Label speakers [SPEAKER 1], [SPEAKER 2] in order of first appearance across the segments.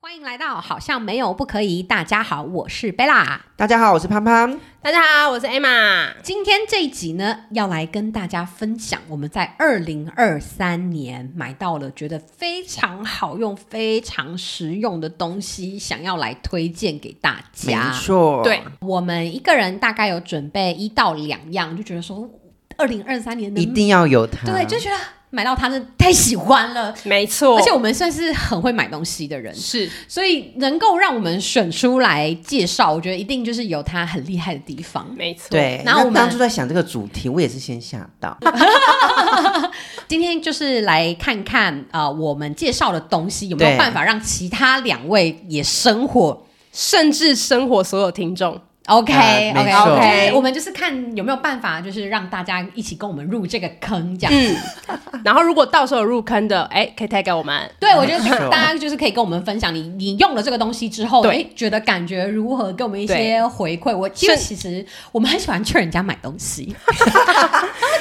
[SPEAKER 1] 欢迎来到好像没有不可以。大家好，我是贝拉。
[SPEAKER 2] 大家好，我是潘潘。
[SPEAKER 3] 大家好，我是 Emma。
[SPEAKER 1] 今天这一集呢，要来跟大家分享我们在二零二三年买到了觉得非常好用、非常实用的东西，想要来推荐给大
[SPEAKER 2] 没
[SPEAKER 1] 家。
[SPEAKER 2] 错，
[SPEAKER 3] 对，
[SPEAKER 1] 我们一个人大概有准备一到两样，就觉得说二零二三年能
[SPEAKER 2] 一定要有它。
[SPEAKER 1] 对，就觉得买到它真的太喜欢了。
[SPEAKER 3] 没错，
[SPEAKER 2] 哦
[SPEAKER 1] 而且我们算是很会买东西的人，
[SPEAKER 3] 是
[SPEAKER 1] 所以能够让我们选出来介绍，我觉得一定就是有它很厉害的地方。
[SPEAKER 3] 没错，
[SPEAKER 2] 对。
[SPEAKER 1] 然后
[SPEAKER 2] 那
[SPEAKER 1] 我们
[SPEAKER 2] 当初在想这个主题，我也是先吓到。
[SPEAKER 1] 今天就是来看看啊、呃我们介绍的东西有没有
[SPEAKER 2] 对
[SPEAKER 1] 办法让其他两位也生活。
[SPEAKER 3] 甚至生活所有听众，
[SPEAKER 1] OK
[SPEAKER 2] 啊
[SPEAKER 1] OK
[SPEAKER 2] 没错
[SPEAKER 1] OK，我们就是看有没有办法，就是让大家一起跟我们入这个坑，这样。
[SPEAKER 3] 嗯，
[SPEAKER 1] 啊
[SPEAKER 3] 然后如果到时候有入坑的，哎，可以 tag 给我们，
[SPEAKER 1] 对，我觉得可以
[SPEAKER 2] 没错
[SPEAKER 1] 大家就是可以跟我们分享你你用了这个东西之后，
[SPEAKER 3] 对
[SPEAKER 1] 哎，觉得感觉如何？给我们一些
[SPEAKER 3] 对
[SPEAKER 1] 回馈。我其实
[SPEAKER 3] 是
[SPEAKER 1] 其实我们很喜欢劝人家买东西，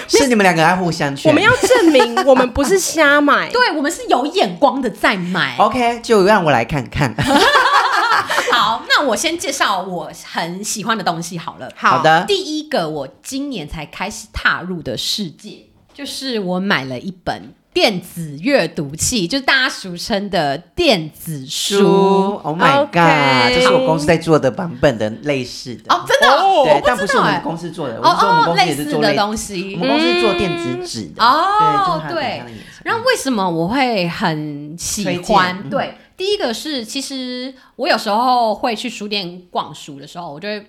[SPEAKER 2] 是你们两个来互相 劝。
[SPEAKER 3] 我们要证明我们不是瞎买，
[SPEAKER 1] 对我们是有眼光的在买。
[SPEAKER 2] OK，就让我来看看。
[SPEAKER 1] 好，那我先介绍我很喜欢的东西好了。
[SPEAKER 2] 好，的，
[SPEAKER 1] 第一个我今年才开始踏入的世界，就是我买了一本电子阅读器，就是大家俗称的电子书。
[SPEAKER 2] 书。Oh my god，
[SPEAKER 3] OK
[SPEAKER 2] 这是我公司在做的版本的类似的。
[SPEAKER 1] 哦，真的哦、
[SPEAKER 2] 对，
[SPEAKER 1] 我
[SPEAKER 2] 但
[SPEAKER 1] 不
[SPEAKER 2] 不
[SPEAKER 1] 知
[SPEAKER 2] 是
[SPEAKER 1] 道
[SPEAKER 2] 我
[SPEAKER 1] 哎
[SPEAKER 2] 们、公司做的，我
[SPEAKER 1] 哦
[SPEAKER 2] 们说我们
[SPEAKER 1] 哦，
[SPEAKER 2] 公司
[SPEAKER 1] 类
[SPEAKER 2] 也是
[SPEAKER 1] 似
[SPEAKER 2] 做
[SPEAKER 1] 的
[SPEAKER 2] 类，
[SPEAKER 1] 东
[SPEAKER 2] 我
[SPEAKER 1] 西
[SPEAKER 2] 们公司做电子纸的。
[SPEAKER 1] 哦，
[SPEAKER 2] 嗯对，就是它的
[SPEAKER 1] 对
[SPEAKER 2] 它的。颜色
[SPEAKER 1] 然后为什么我会很喜
[SPEAKER 2] 推
[SPEAKER 1] 欢？
[SPEAKER 2] 荐嗯
[SPEAKER 1] 对，第一个是其实我有时候会去书店逛书的时候，我就会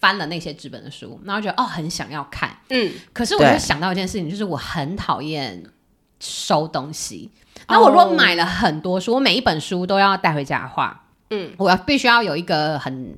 [SPEAKER 1] 翻了那些纸本的书，然后觉得哦很想要看，
[SPEAKER 3] 嗯，
[SPEAKER 1] 可是我就
[SPEAKER 2] 对
[SPEAKER 1] 想到一件事情，就是我很讨厌收东西。那我如果
[SPEAKER 3] 哦
[SPEAKER 1] 买了很多书，我每一本书都要带回家的话，嗯
[SPEAKER 3] 嗯，
[SPEAKER 1] 我要必须要有一个很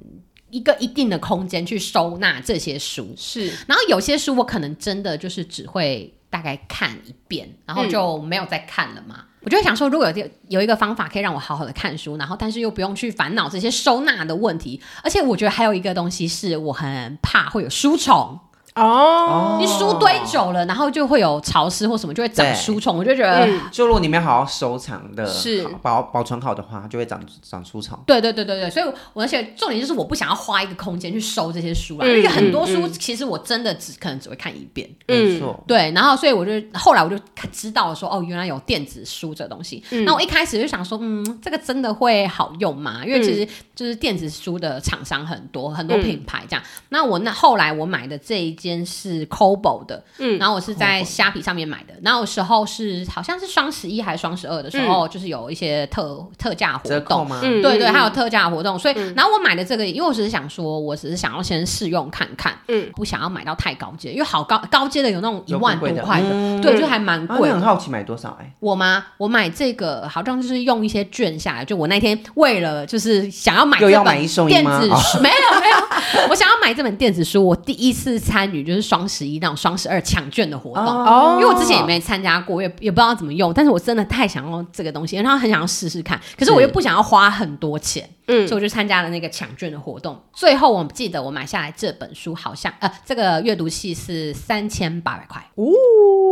[SPEAKER 1] 一个一定的空间去收纳这些书。
[SPEAKER 3] 是
[SPEAKER 1] 然后有些书我可能真的就是只会大概看一遍，然后就
[SPEAKER 3] 嗯
[SPEAKER 1] 没有再看了嘛。我就会想说，如果有这有一个方法可以让我好好的看书，然后但是又不用去烦恼这些收纳的问题，而且我觉得还有一个东西是我很怕会有书虫。
[SPEAKER 3] 哦，
[SPEAKER 1] 你书堆久了，然后就会有潮湿或什么，就会长
[SPEAKER 2] 对
[SPEAKER 1] 书虫。我就觉得，
[SPEAKER 3] 嗯
[SPEAKER 2] 就如果你没有好好收藏的，
[SPEAKER 3] 是
[SPEAKER 2] 保保存好的话，就会长长出草。
[SPEAKER 1] 对对对对对，所以我而且重点就是我不想要花一个空间去收这些书啦，
[SPEAKER 3] 嗯
[SPEAKER 1] 因为很多书
[SPEAKER 3] 嗯嗯
[SPEAKER 1] 其实我真的只可能只会看一遍。
[SPEAKER 3] 嗯
[SPEAKER 2] 没错，
[SPEAKER 1] 对，然后所以我就后来我就知道说，哦，原来有电子书这东西。那、我一开始就想说，嗯，这个真的会好用吗？因为
[SPEAKER 2] 嗯
[SPEAKER 1] 其实就是电子书的厂商很多，很多品牌这样。那我那后来我买的这一间是 Kobo 的，嗯，
[SPEAKER 3] 嗯
[SPEAKER 1] 然后我是在虾皮上面买的。那有时候是好像是双十一还是双十二的时候，就是有一些特特价活
[SPEAKER 2] 嗯折扣
[SPEAKER 1] 动。
[SPEAKER 2] 吗？
[SPEAKER 3] 嗯
[SPEAKER 1] 对对，还有
[SPEAKER 3] 嗯
[SPEAKER 1] 特价活动，所以、然后我买的这个，因为我只是想说，我只是想要先试用看看，
[SPEAKER 3] 嗯
[SPEAKER 1] 不想要买到太高阶，因为好高高阶的有那种一
[SPEAKER 2] 有
[SPEAKER 1] 万多
[SPEAKER 2] 更贵的
[SPEAKER 1] 块的，
[SPEAKER 2] 嗯
[SPEAKER 1] 对，就还蛮
[SPEAKER 2] 啊，
[SPEAKER 1] 贵
[SPEAKER 2] 你
[SPEAKER 1] 的。
[SPEAKER 2] 很好奇买多少？哎，
[SPEAKER 1] 我吗？我买这个好像就是用一些券下来，就我那天为了就是想要买这
[SPEAKER 2] 又要
[SPEAKER 1] 本
[SPEAKER 2] 买一送一
[SPEAKER 1] 电
[SPEAKER 2] 吗哦
[SPEAKER 1] 子书， 没有没有，我想要买这本电子书，我第一次参与就是双十一那种双十二抢券的活动。
[SPEAKER 2] 哦
[SPEAKER 1] 因为我之前也没参加过，也也不知道怎么用，但是我真的太想要这个东西，然后很想要试试看，可是我又不想要花很多钱，
[SPEAKER 3] 嗯
[SPEAKER 1] 所以我就参加了那个抢券的活动。最后我记得我买下来这本书好像呃，这个阅读器是三千八百块，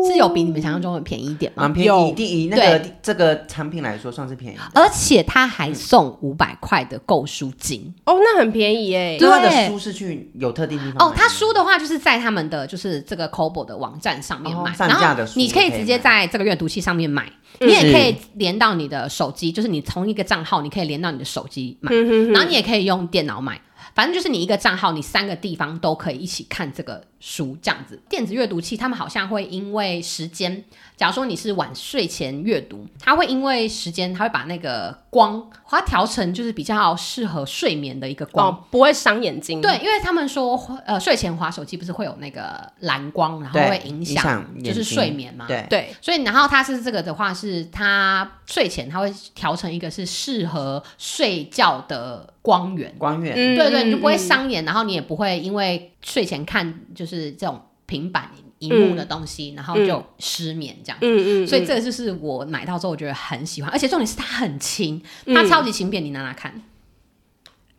[SPEAKER 1] 是有比你们想象中的便宜一点吗？
[SPEAKER 2] 哦蛮便
[SPEAKER 3] 有
[SPEAKER 2] 宜，一定以那个这个产品来说算是便宜的。
[SPEAKER 1] 而且他还送五百块的购书金
[SPEAKER 3] 哦，那很便宜耶，
[SPEAKER 1] 对
[SPEAKER 2] 那它的书是去有特定地方买
[SPEAKER 1] 哦
[SPEAKER 2] 吗。
[SPEAKER 1] 他书的话就是在他们的就是这个 Kobo 的网站上面
[SPEAKER 2] 哦
[SPEAKER 1] 买，
[SPEAKER 2] 上
[SPEAKER 1] 然
[SPEAKER 2] 架
[SPEAKER 1] 后
[SPEAKER 2] 的书
[SPEAKER 1] 你可以
[SPEAKER 2] 可以
[SPEAKER 1] 直接在
[SPEAKER 2] 买
[SPEAKER 1] 这个阅读器上面买，
[SPEAKER 2] 嗯
[SPEAKER 1] 你也可以连到你的手机，就是你从一个账号你可以连到你的手机买，
[SPEAKER 3] 嗯哼
[SPEAKER 1] 然后你也可以用电脑买。反正就是你一个账号，你三个地方都可以一起看这个书，这样子。电子阅读器他们好像会因为时间，假如说你是晚睡前阅读，它会因为时间，它会把那个光，它调成就是比较适合睡眠的一个光。
[SPEAKER 3] 哦，不会伤眼睛，
[SPEAKER 1] 对，因为他们说，呃，睡前划手机不是会有那个蓝光，然后
[SPEAKER 2] 对
[SPEAKER 1] 会影
[SPEAKER 2] 影响眼
[SPEAKER 1] 就是
[SPEAKER 2] 睛
[SPEAKER 1] 睡眠嘛。
[SPEAKER 2] 对，
[SPEAKER 3] 对，
[SPEAKER 1] 所以，然后它是这个的话，是它睡前它会调成一个是适合睡觉的光源，
[SPEAKER 2] 光源
[SPEAKER 3] 嗯
[SPEAKER 1] 对对，你就不会，
[SPEAKER 3] 嗯
[SPEAKER 1] 伤眼，然后你也不会因为睡前看就是这种平板荧幕的东西，然后就失眠这样。
[SPEAKER 3] 嗯嗯，
[SPEAKER 1] 所以
[SPEAKER 3] 嗯
[SPEAKER 1] 这个就是我买到之后我觉得很喜欢，而且重点是它很轻，
[SPEAKER 3] 嗯
[SPEAKER 1] 它超级轻便，你拿拿看，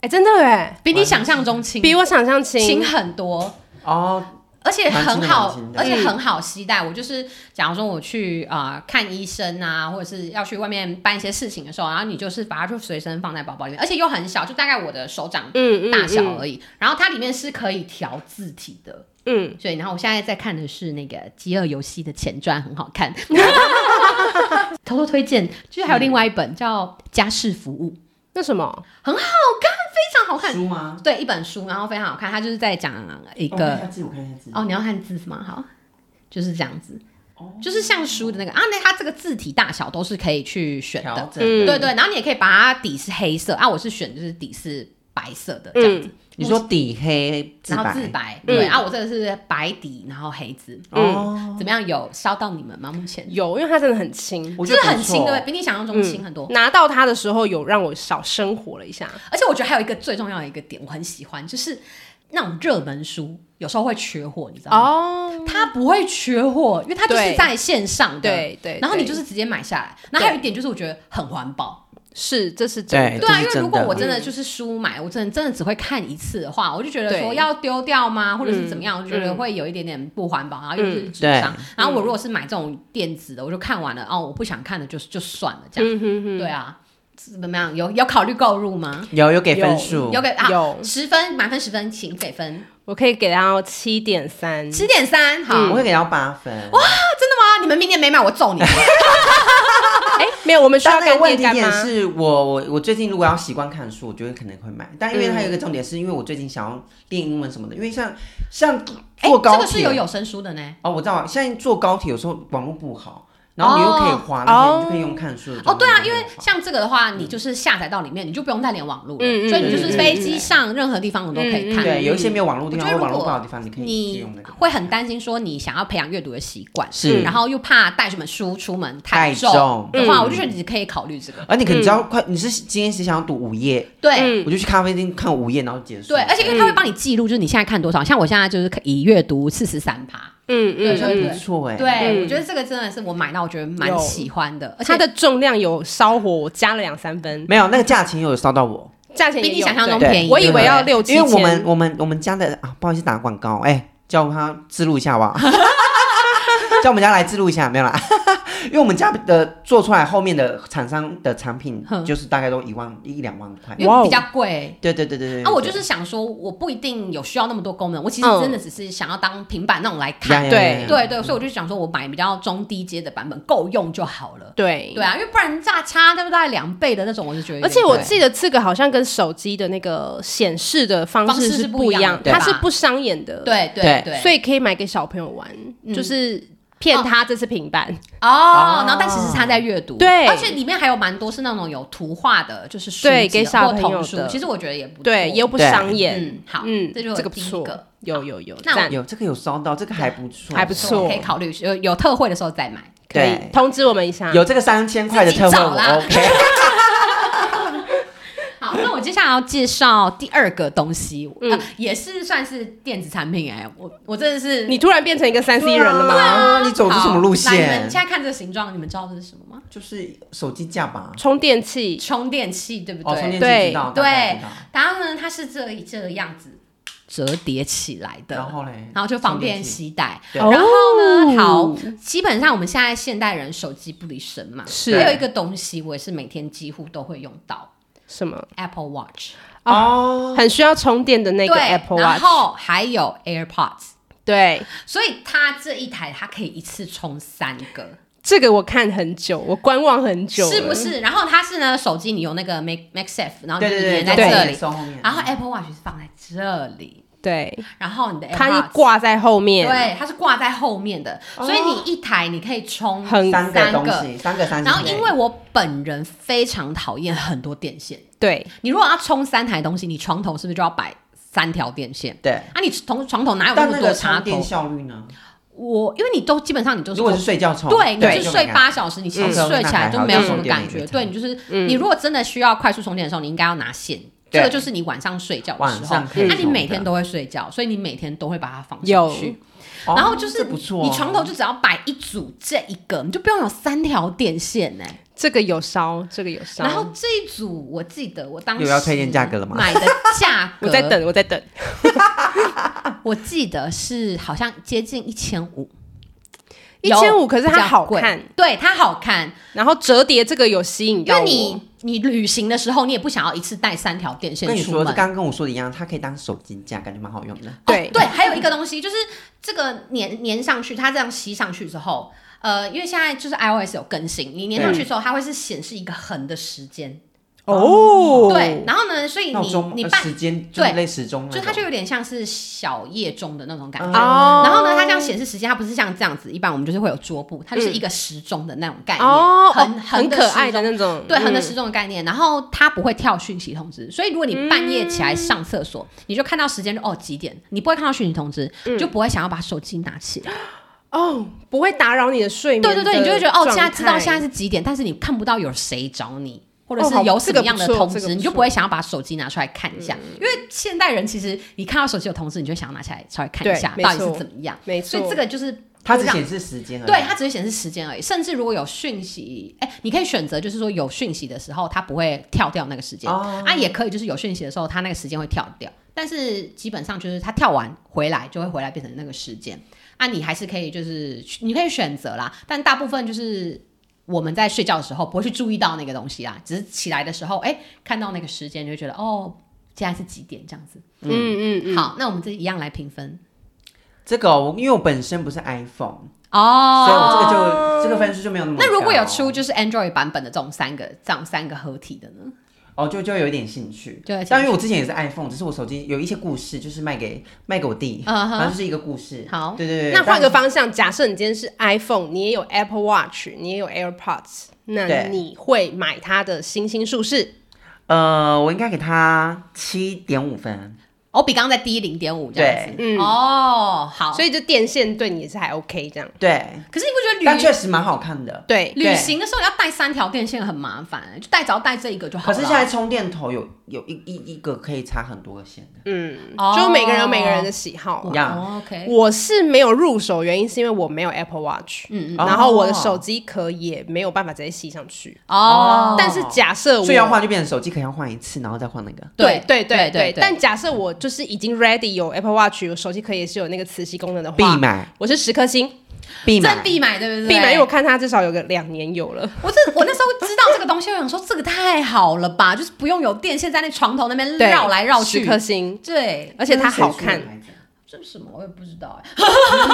[SPEAKER 3] 哎，真的哎，
[SPEAKER 1] 比你想象中轻，
[SPEAKER 3] 比我想象轻，
[SPEAKER 1] 轻很多。
[SPEAKER 2] 哦，
[SPEAKER 1] 而且很
[SPEAKER 2] 蛮
[SPEAKER 1] 好
[SPEAKER 2] 新，的
[SPEAKER 1] 而且很好携带。我就是，假如说我去啊、呃看医生啊，或者是要去外面办一些事情的时候，然后你就是把它就随身放在包包里面，而且又很小，就大概我的手掌
[SPEAKER 3] 嗯
[SPEAKER 1] 大小而已。然后它里面是可以调字体的，
[SPEAKER 3] 嗯，
[SPEAKER 1] 所以然后我现在在看的是那个《饥饿游戏》的前传，很好 看。偷偷推荐，就是还有另外一本叫《家事服务》，
[SPEAKER 3] 那什么，
[SPEAKER 1] 嗯非常好看。
[SPEAKER 2] 书吗？
[SPEAKER 1] 对，一本书，然后非常好看。它就是在讲一
[SPEAKER 2] 我
[SPEAKER 1] 个
[SPEAKER 2] 看一下字，我看一下字。
[SPEAKER 1] 哦，你要看字吗？好，就是这样子，
[SPEAKER 2] 哦
[SPEAKER 1] 就是像书的那个啊，那它这个字体大小都是可以去选
[SPEAKER 2] 调
[SPEAKER 1] 的，
[SPEAKER 2] 整
[SPEAKER 3] 嗯
[SPEAKER 1] 对对，然后你也可以把它底是黑色啊，我是选就是底是白色的这样子，
[SPEAKER 2] 你说底黑自
[SPEAKER 1] 然后
[SPEAKER 2] 白，
[SPEAKER 1] 自白，
[SPEAKER 3] 嗯
[SPEAKER 1] 对啊，我这个是白底然后黑字，
[SPEAKER 2] 哦，
[SPEAKER 1] 怎么样？有烧到你们吗？目前
[SPEAKER 3] 有，因为它真的很轻。
[SPEAKER 2] 我觉
[SPEAKER 1] 就
[SPEAKER 2] 得
[SPEAKER 1] 是很
[SPEAKER 2] 不错
[SPEAKER 1] 轻，对不对？比你想象中
[SPEAKER 3] 嗯
[SPEAKER 1] 轻很多。
[SPEAKER 3] 拿到它的时候，有让我少生活了一下。
[SPEAKER 1] 而且我觉得还有一个最重要的一个点，我很喜欢，就是那种热门书有时候会缺货，你知道吗？
[SPEAKER 3] 哦，
[SPEAKER 1] 它不会缺货，因为它就是
[SPEAKER 3] 对
[SPEAKER 1] 在线上的，
[SPEAKER 3] 对对，
[SPEAKER 1] 然后你
[SPEAKER 3] 对
[SPEAKER 1] 就是直接买下来。然后还有一点就是，我觉得很环保。
[SPEAKER 3] 是，哎这是真
[SPEAKER 2] 对，
[SPEAKER 3] 的。嗯
[SPEAKER 1] 对啊，因
[SPEAKER 2] 这
[SPEAKER 1] 为
[SPEAKER 2] 是
[SPEAKER 1] 如果
[SPEAKER 2] 的
[SPEAKER 1] 我真的就是书买，我真的真的只会看一次的话，我就觉得说
[SPEAKER 3] 对
[SPEAKER 1] 要丢掉吗，或者是怎么样，我就觉得
[SPEAKER 3] 嗯
[SPEAKER 1] 会有一点点不环保，然后又是纸
[SPEAKER 2] 对
[SPEAKER 1] 张。然后我如果是买这种电子的，我就看完了，哦，我不想看的就就算了，这样。
[SPEAKER 3] 嗯哼哼，
[SPEAKER 1] 对啊，怎么样？有有考虑购入吗？
[SPEAKER 2] 有有给分
[SPEAKER 3] 有
[SPEAKER 2] 数
[SPEAKER 1] 有，给啊，
[SPEAKER 3] 有
[SPEAKER 1] 十分满分十分，请给分
[SPEAKER 3] 我可以给到七点三。
[SPEAKER 1] 七点三。好，
[SPEAKER 3] 嗯
[SPEAKER 2] 我
[SPEAKER 1] 哇，
[SPEAKER 2] 会给到八分。哇，
[SPEAKER 1] 你们明年没买我揍你！
[SPEAKER 3] 哎，没有，我们需要
[SPEAKER 2] 但那
[SPEAKER 3] 干
[SPEAKER 2] 个问
[SPEAKER 3] 爹
[SPEAKER 2] 题
[SPEAKER 3] 干
[SPEAKER 2] 点
[SPEAKER 3] 妈。
[SPEAKER 2] 是我我我最近如果要习惯看书，我就会可能会买。但因为它有一个
[SPEAKER 1] 嗯
[SPEAKER 2] 重点，是因为我最近想要练英文什么的，因为像像
[SPEAKER 1] 哎，
[SPEAKER 2] 坐
[SPEAKER 1] 这
[SPEAKER 2] 高
[SPEAKER 1] 个是有
[SPEAKER 2] 铁
[SPEAKER 1] 有声书的呢。
[SPEAKER 2] 哦，我知道，现在坐高铁有时候网络不好，然后你又可以滑那些，
[SPEAKER 3] 哦
[SPEAKER 2] 你就可以用看书的
[SPEAKER 1] 哦，
[SPEAKER 2] 状态
[SPEAKER 1] 对
[SPEAKER 2] 就
[SPEAKER 1] 啊，
[SPEAKER 2] 很
[SPEAKER 1] 因为
[SPEAKER 2] 好
[SPEAKER 1] 像这个的话，你就是下载到里面，你就不用再连网络了，
[SPEAKER 3] 嗯嗯嗯
[SPEAKER 1] 所以你就是
[SPEAKER 2] 嗯嗯
[SPEAKER 1] 飞机上任何地方我都可以看。
[SPEAKER 2] 对有一些没有网络的地
[SPEAKER 1] 我
[SPEAKER 2] 方
[SPEAKER 1] 觉
[SPEAKER 2] 或
[SPEAKER 1] 得如
[SPEAKER 2] 网络
[SPEAKER 1] 果
[SPEAKER 2] 不好的地方，你可以自己
[SPEAKER 1] 你
[SPEAKER 2] 用那个。
[SPEAKER 1] 会很担心说你想要培养阅读的习惯，
[SPEAKER 2] 是
[SPEAKER 1] 然后又怕带什么书出门
[SPEAKER 2] 太
[SPEAKER 1] 重
[SPEAKER 2] 重
[SPEAKER 1] 的话，
[SPEAKER 2] 嗯
[SPEAKER 1] 我就觉得你可以考虑这个。
[SPEAKER 2] 而你可能
[SPEAKER 1] 嗯
[SPEAKER 2] 只要快，你是今天是想要读午夜，
[SPEAKER 1] 对
[SPEAKER 3] 嗯
[SPEAKER 2] 我就去咖啡厅看午夜，然后结束。
[SPEAKER 1] 对，而且因为它会帮你记录，就是你现在看多少，像我现在就是可以阅读四十三趴。
[SPEAKER 3] 嗯
[SPEAKER 1] 对
[SPEAKER 3] 嗯
[SPEAKER 1] 对
[SPEAKER 2] 嗯
[SPEAKER 1] 对
[SPEAKER 2] 不错哎，
[SPEAKER 1] 对，
[SPEAKER 3] 嗯
[SPEAKER 1] 我觉得这个真的是我买到，我觉得蛮
[SPEAKER 3] 有
[SPEAKER 1] 喜欢的，而且
[SPEAKER 3] 它的重量有稍火，我加了两三分，
[SPEAKER 2] 没有那个价钱又有烧到我，
[SPEAKER 3] 价钱
[SPEAKER 1] 比
[SPEAKER 3] 也
[SPEAKER 1] 你
[SPEAKER 3] 有
[SPEAKER 1] 想象中
[SPEAKER 3] 对
[SPEAKER 1] 便宜。
[SPEAKER 3] 我以
[SPEAKER 1] 对不
[SPEAKER 3] 为
[SPEAKER 1] 对
[SPEAKER 3] 要六七
[SPEAKER 2] 因为
[SPEAKER 3] 千，
[SPEAKER 2] 我们我们我们家的啊，不好意思打广告，哎，叫他自录一下吧， 叫我们家来自录一下，没有啦， 因为我们家的做出来后面的厂商的产品
[SPEAKER 1] 哼
[SPEAKER 2] 就是大概都一万一两万块，
[SPEAKER 1] 因
[SPEAKER 3] 哇
[SPEAKER 1] 为
[SPEAKER 3] 哦
[SPEAKER 1] 比较贵。
[SPEAKER 2] 对对对对对。
[SPEAKER 1] 啊，我
[SPEAKER 2] 对
[SPEAKER 1] 就是想说，我不一定有需要那么多功能，我其实
[SPEAKER 3] 嗯
[SPEAKER 1] 真的只是想要当平板那种来
[SPEAKER 2] 呀
[SPEAKER 1] 看。
[SPEAKER 2] 呀
[SPEAKER 3] 对
[SPEAKER 2] 呀
[SPEAKER 1] 对对，所以我就想说，我买比较中低阶的版本够用就好了。
[SPEAKER 3] 对
[SPEAKER 1] 对啊，因为不然价差对不对？两倍的那种，我就觉得有点
[SPEAKER 3] 而
[SPEAKER 1] 贵。
[SPEAKER 3] 且我记得这个好像跟手机的那个显示的方
[SPEAKER 1] 方式是
[SPEAKER 3] 是
[SPEAKER 1] 不一
[SPEAKER 3] 一
[SPEAKER 1] 样的对
[SPEAKER 3] 它
[SPEAKER 1] 吧
[SPEAKER 3] 是不伤眼的，，
[SPEAKER 1] 对对对，
[SPEAKER 3] 所
[SPEAKER 1] 以
[SPEAKER 3] 以可以买给小朋友玩，
[SPEAKER 1] 嗯
[SPEAKER 3] 就是骗他这是平板，
[SPEAKER 1] 哦，然后但其实他在阅读，
[SPEAKER 3] 对
[SPEAKER 1] 而且里面还有蛮多是那种有图画的，就是书
[SPEAKER 3] 对
[SPEAKER 1] 籍啊
[SPEAKER 3] 给小
[SPEAKER 1] 或
[SPEAKER 3] 朋友
[SPEAKER 1] 童书
[SPEAKER 3] 的
[SPEAKER 1] 其实我觉得也不错
[SPEAKER 2] 哦
[SPEAKER 3] 对，又不伤眼，
[SPEAKER 1] 嗯好，
[SPEAKER 3] 嗯，
[SPEAKER 1] 这就是
[SPEAKER 3] 这个
[SPEAKER 1] 我
[SPEAKER 3] 不
[SPEAKER 1] 第一
[SPEAKER 3] 错
[SPEAKER 1] 个，
[SPEAKER 3] 有有有，
[SPEAKER 1] 那我
[SPEAKER 3] 赞，
[SPEAKER 2] 有这个有烧到，这个还不错，
[SPEAKER 3] 还不
[SPEAKER 1] 所以我
[SPEAKER 3] 错
[SPEAKER 1] 可以考虑有有特惠的时候再买。
[SPEAKER 3] 可以
[SPEAKER 2] 对
[SPEAKER 3] 通知我们一下，
[SPEAKER 2] 有这个三千块的特
[SPEAKER 1] 自
[SPEAKER 2] 惠
[SPEAKER 1] 己找
[SPEAKER 2] 我
[SPEAKER 1] 啦
[SPEAKER 2] OK。
[SPEAKER 1] 好，那我接下来要介绍第二个东西，
[SPEAKER 3] 嗯
[SPEAKER 1] 呃也是算是电子产品哎、我我真的是
[SPEAKER 3] 你突然变成一个三 C 人了
[SPEAKER 2] 对
[SPEAKER 3] 吗？
[SPEAKER 2] 啊，你走出什么路
[SPEAKER 1] 好来你们
[SPEAKER 2] 线
[SPEAKER 1] 现？在看这个形状，你们知道这是什么吗？
[SPEAKER 2] 就是手机架吧。
[SPEAKER 3] 充电器，
[SPEAKER 1] 充电器，对不
[SPEAKER 2] 哦，
[SPEAKER 1] 对？
[SPEAKER 2] 充电器
[SPEAKER 3] 对
[SPEAKER 2] 知道，
[SPEAKER 1] 对
[SPEAKER 2] 大概知道
[SPEAKER 1] 然后呢，它是这一这个样子折叠起来的，
[SPEAKER 2] 然后嘞，
[SPEAKER 1] 然后就方便
[SPEAKER 2] 充电器
[SPEAKER 1] 携带。
[SPEAKER 2] 对
[SPEAKER 1] 然后呢，好
[SPEAKER 3] 哦，
[SPEAKER 1] 基本上我们现在现代人手机不离身嘛，
[SPEAKER 3] 是
[SPEAKER 1] 还有一个东西，我也是每天几乎都会用到
[SPEAKER 3] 什么？
[SPEAKER 1] Apple Watch，
[SPEAKER 2] 哦，
[SPEAKER 3] 很需要充电的那个 Apple
[SPEAKER 1] 对，然
[SPEAKER 3] Watch，
[SPEAKER 1] 后还有 AirPods。
[SPEAKER 3] 对，
[SPEAKER 1] 所以它这一台它可以一次充三个，
[SPEAKER 3] 这个我看很久，我观望很久了，
[SPEAKER 1] 是不是？然后它是呢，手机你有那个 Mac MacSafe，然后
[SPEAKER 2] 对
[SPEAKER 1] 你
[SPEAKER 2] 对对，
[SPEAKER 1] 连在
[SPEAKER 2] 对
[SPEAKER 1] 这
[SPEAKER 2] 手
[SPEAKER 1] 里，
[SPEAKER 2] 后面，
[SPEAKER 1] 然后 Apple Watch 是放在这里，
[SPEAKER 3] 对，
[SPEAKER 1] 然后你的 a i
[SPEAKER 3] 它
[SPEAKER 1] r
[SPEAKER 3] 是挂在后面，哦
[SPEAKER 1] 对，它是挂在后面的，所以你一台你可以充
[SPEAKER 3] 很
[SPEAKER 2] 哎三
[SPEAKER 1] 三
[SPEAKER 2] 个东
[SPEAKER 1] 个
[SPEAKER 2] 西，三个三
[SPEAKER 1] 然后因为我本人非常讨厌很多电线，
[SPEAKER 3] 对，
[SPEAKER 1] 你如果要充三台东西，你床头是不是就要摆三条电线？
[SPEAKER 2] 对，
[SPEAKER 1] 啊，你床床头哪有那
[SPEAKER 2] 但
[SPEAKER 1] 么
[SPEAKER 2] 那
[SPEAKER 1] 多
[SPEAKER 2] 个
[SPEAKER 1] 插
[SPEAKER 2] 充电
[SPEAKER 1] 头？
[SPEAKER 2] 效率呢？
[SPEAKER 1] 我因为你都基本上你都是
[SPEAKER 2] 如果是睡觉充，
[SPEAKER 1] 对，你就是
[SPEAKER 2] 就
[SPEAKER 1] 睡
[SPEAKER 2] 没感
[SPEAKER 1] 八小时，你其实
[SPEAKER 2] 嗯
[SPEAKER 1] 睡起来就没有什么
[SPEAKER 2] 嗯
[SPEAKER 1] 感觉。
[SPEAKER 2] 嗯
[SPEAKER 1] 对你就是，你如果真的需要快速充电的时候，你应该要拿线这个
[SPEAKER 2] 对
[SPEAKER 1] 就是你晚上睡觉的
[SPEAKER 2] 晚
[SPEAKER 1] 时候啊
[SPEAKER 2] 上，可以
[SPEAKER 1] 那、你
[SPEAKER 2] 用
[SPEAKER 1] 每
[SPEAKER 2] 的
[SPEAKER 1] 天都会睡觉，所以你每天都会把它放上
[SPEAKER 3] 有
[SPEAKER 1] 去。
[SPEAKER 2] 哦
[SPEAKER 1] 然后就是
[SPEAKER 2] 这不错哦，
[SPEAKER 1] 你床头就只要摆一组这一个，你就不用有三条电线呢、
[SPEAKER 3] 这个有烧，这个有烧。
[SPEAKER 1] 然后这一组我记得我当时
[SPEAKER 2] 又要推荐价格了吗
[SPEAKER 1] 买的价格
[SPEAKER 3] 我在，等，我在等，
[SPEAKER 1] 我记得是好像接近一千五，
[SPEAKER 3] 一千五，可是
[SPEAKER 1] 比
[SPEAKER 3] 它
[SPEAKER 1] 较
[SPEAKER 3] 好
[SPEAKER 1] 贵
[SPEAKER 3] 看，，
[SPEAKER 1] 对它好看，
[SPEAKER 3] 然后折叠这个有吸引
[SPEAKER 1] 因
[SPEAKER 3] 到
[SPEAKER 1] 为
[SPEAKER 3] 我。
[SPEAKER 1] 你你旅行的时候你也不想要一次带三条电线
[SPEAKER 2] 跟你
[SPEAKER 1] 出
[SPEAKER 2] 说，
[SPEAKER 1] 门
[SPEAKER 2] 这。刚刚跟我说的一样，它可以当手机架，感觉蛮好用的。
[SPEAKER 1] 哦
[SPEAKER 3] 对，
[SPEAKER 1] 对，还有一个东西就是这个粘粘上去，它这样吸上去之后，呃，因为现在就是 iOS 有更新，你粘上去之后，它会是显示一个横的时间。
[SPEAKER 3] 哦，
[SPEAKER 1] 对，，然后呢，所以
[SPEAKER 2] 闹
[SPEAKER 1] 你
[SPEAKER 2] 钟
[SPEAKER 1] 你
[SPEAKER 2] 呃
[SPEAKER 1] 办，
[SPEAKER 2] 时间就
[SPEAKER 1] 对
[SPEAKER 2] 是类时钟那
[SPEAKER 1] 就
[SPEAKER 2] 种，
[SPEAKER 1] 它就有点像是小夜钟的那种感觉。
[SPEAKER 3] 哦，
[SPEAKER 1] 然后呢，它这样显示时间，它不是像这样子，一般我们就是会有桌布，它就是一个时钟的那种概念，
[SPEAKER 3] 哦，
[SPEAKER 1] 很
[SPEAKER 3] 很
[SPEAKER 1] 的
[SPEAKER 3] 可
[SPEAKER 1] 时
[SPEAKER 3] 爱
[SPEAKER 1] 钟
[SPEAKER 3] 的那种，
[SPEAKER 1] 对，横的
[SPEAKER 3] 嗯
[SPEAKER 1] 时钟的概念，然后它不会跳讯息通知，所以如果你半夜起来上厕所，你就看到时间就哦几点，你不会看到讯息通知，就不会想要把手机拿起来。
[SPEAKER 3] 哦，不会打扰你的睡眠的
[SPEAKER 1] 对
[SPEAKER 3] 状
[SPEAKER 1] 对
[SPEAKER 3] 态。
[SPEAKER 1] 对，你就会觉得哦，现在知道现在是几点，但是你看不到有谁找你。或者
[SPEAKER 3] 哦
[SPEAKER 1] 是
[SPEAKER 3] 好
[SPEAKER 1] 有什
[SPEAKER 3] 这个
[SPEAKER 1] 么样
[SPEAKER 3] 不
[SPEAKER 1] 的
[SPEAKER 3] 错
[SPEAKER 1] 通
[SPEAKER 3] 这
[SPEAKER 1] 知，
[SPEAKER 3] 个不
[SPEAKER 1] 你就不
[SPEAKER 3] 错嗯
[SPEAKER 1] 会想要把手机拿出来看一下，因为现代人其实你看到手机有通知，你就会想要拿起来稍微看一
[SPEAKER 3] 对
[SPEAKER 1] 下
[SPEAKER 3] 没
[SPEAKER 1] 到底是
[SPEAKER 3] 错
[SPEAKER 1] 怎么样。
[SPEAKER 3] 没
[SPEAKER 1] 所
[SPEAKER 3] 错，
[SPEAKER 1] 以这个就是
[SPEAKER 2] 它
[SPEAKER 1] 就
[SPEAKER 2] 只
[SPEAKER 1] 让
[SPEAKER 2] 显示时间而已。
[SPEAKER 1] 对，它只是显示时间而已。甚至如果有讯息，哎、你可以选择，就是说有讯息的时候，它不会跳掉那个时间、
[SPEAKER 2] 哦
[SPEAKER 1] 啊，也可以就是有讯息的时候，它那个时间会跳掉。但是基本上就是它跳完回来就会回来变成那个时间啊，你还是可以就是你可以选择啦，但大部分就是。我们在睡觉的时候不会去注意到那个东西啦，只是起来的时候，哎、看到那个时间就会觉得哦，现在是几点这样子。
[SPEAKER 3] 嗯嗯嗯，
[SPEAKER 1] 好，那我们这一样来评分
[SPEAKER 2] 这个哦、我因为我本身不是 iPhone，、
[SPEAKER 1] 哦。
[SPEAKER 2] 所以我这个就这个分数就没有那么高。
[SPEAKER 1] 那如果有出就是 Android 版本的这种三个这样三个合体的呢？
[SPEAKER 2] 哦，就就有一点兴趣。
[SPEAKER 1] 就有点兴趣
[SPEAKER 2] 但因为我之前也是 iPhone，只是我手机有一些故事，就是卖给卖给我弟
[SPEAKER 1] 嗯哼
[SPEAKER 2] 然后就是一个故事。
[SPEAKER 1] 好
[SPEAKER 2] 对对对。
[SPEAKER 3] 那换
[SPEAKER 2] 但
[SPEAKER 3] 个方向，假设你今天是 iPhone，你也有 Apple Watch，你也有 AirPods，那
[SPEAKER 2] 对
[SPEAKER 3] 你会买它的星星术士？
[SPEAKER 2] 呃，我应该给他七点五分。
[SPEAKER 1] 哦，比刚刚再低零点五这样子。
[SPEAKER 3] 对嗯
[SPEAKER 1] 哦，好。
[SPEAKER 3] 所以就电线对你也是还 OK 这样。
[SPEAKER 2] 对，
[SPEAKER 1] 可是你不觉
[SPEAKER 2] 但
[SPEAKER 1] 得旅
[SPEAKER 2] 确实蛮好看的。
[SPEAKER 3] 对，
[SPEAKER 1] 旅行的时候要带三条电线很麻烦、就带只要带这一个就好
[SPEAKER 2] 可
[SPEAKER 1] 了。
[SPEAKER 2] 是现在充电头有有一一一个可以插很多个线的。
[SPEAKER 3] 嗯，
[SPEAKER 1] 哦
[SPEAKER 3] 就每个人有每个人的喜好
[SPEAKER 2] 一
[SPEAKER 3] 啦。
[SPEAKER 2] 样
[SPEAKER 1] 哦 OK，
[SPEAKER 3] 我是没有入手，原因是因为我没有 Apple Watch，
[SPEAKER 1] 嗯嗯，
[SPEAKER 2] 哦
[SPEAKER 3] 然后我的手机壳也没有办法直接吸上去。
[SPEAKER 1] 哦，
[SPEAKER 3] 但是假设我
[SPEAKER 2] 所以要换就变成手机可以要换一次，然后再换那个。
[SPEAKER 3] 对对
[SPEAKER 1] 对
[SPEAKER 3] 对
[SPEAKER 1] 对
[SPEAKER 3] 对，但假设我就是已经 ready 有 Apple Watch，有手机壳也是有那个磁吸功能的
[SPEAKER 2] 必
[SPEAKER 3] 话，
[SPEAKER 2] 买，
[SPEAKER 3] 我是十颗星，
[SPEAKER 2] 必买
[SPEAKER 1] 真。必买对不对？
[SPEAKER 3] 必买，因为我看它至少有个两年有了。
[SPEAKER 1] 我这我那时候知道这个东西，我想说这个太好了吧，就是不用有电线在那床头那边
[SPEAKER 3] 对
[SPEAKER 1] 绕来绕去
[SPEAKER 3] 十。颗星，
[SPEAKER 1] 对，
[SPEAKER 3] 而且它好看
[SPEAKER 2] 谁出的。牌子啊。
[SPEAKER 1] 这是什么我也不知道哎、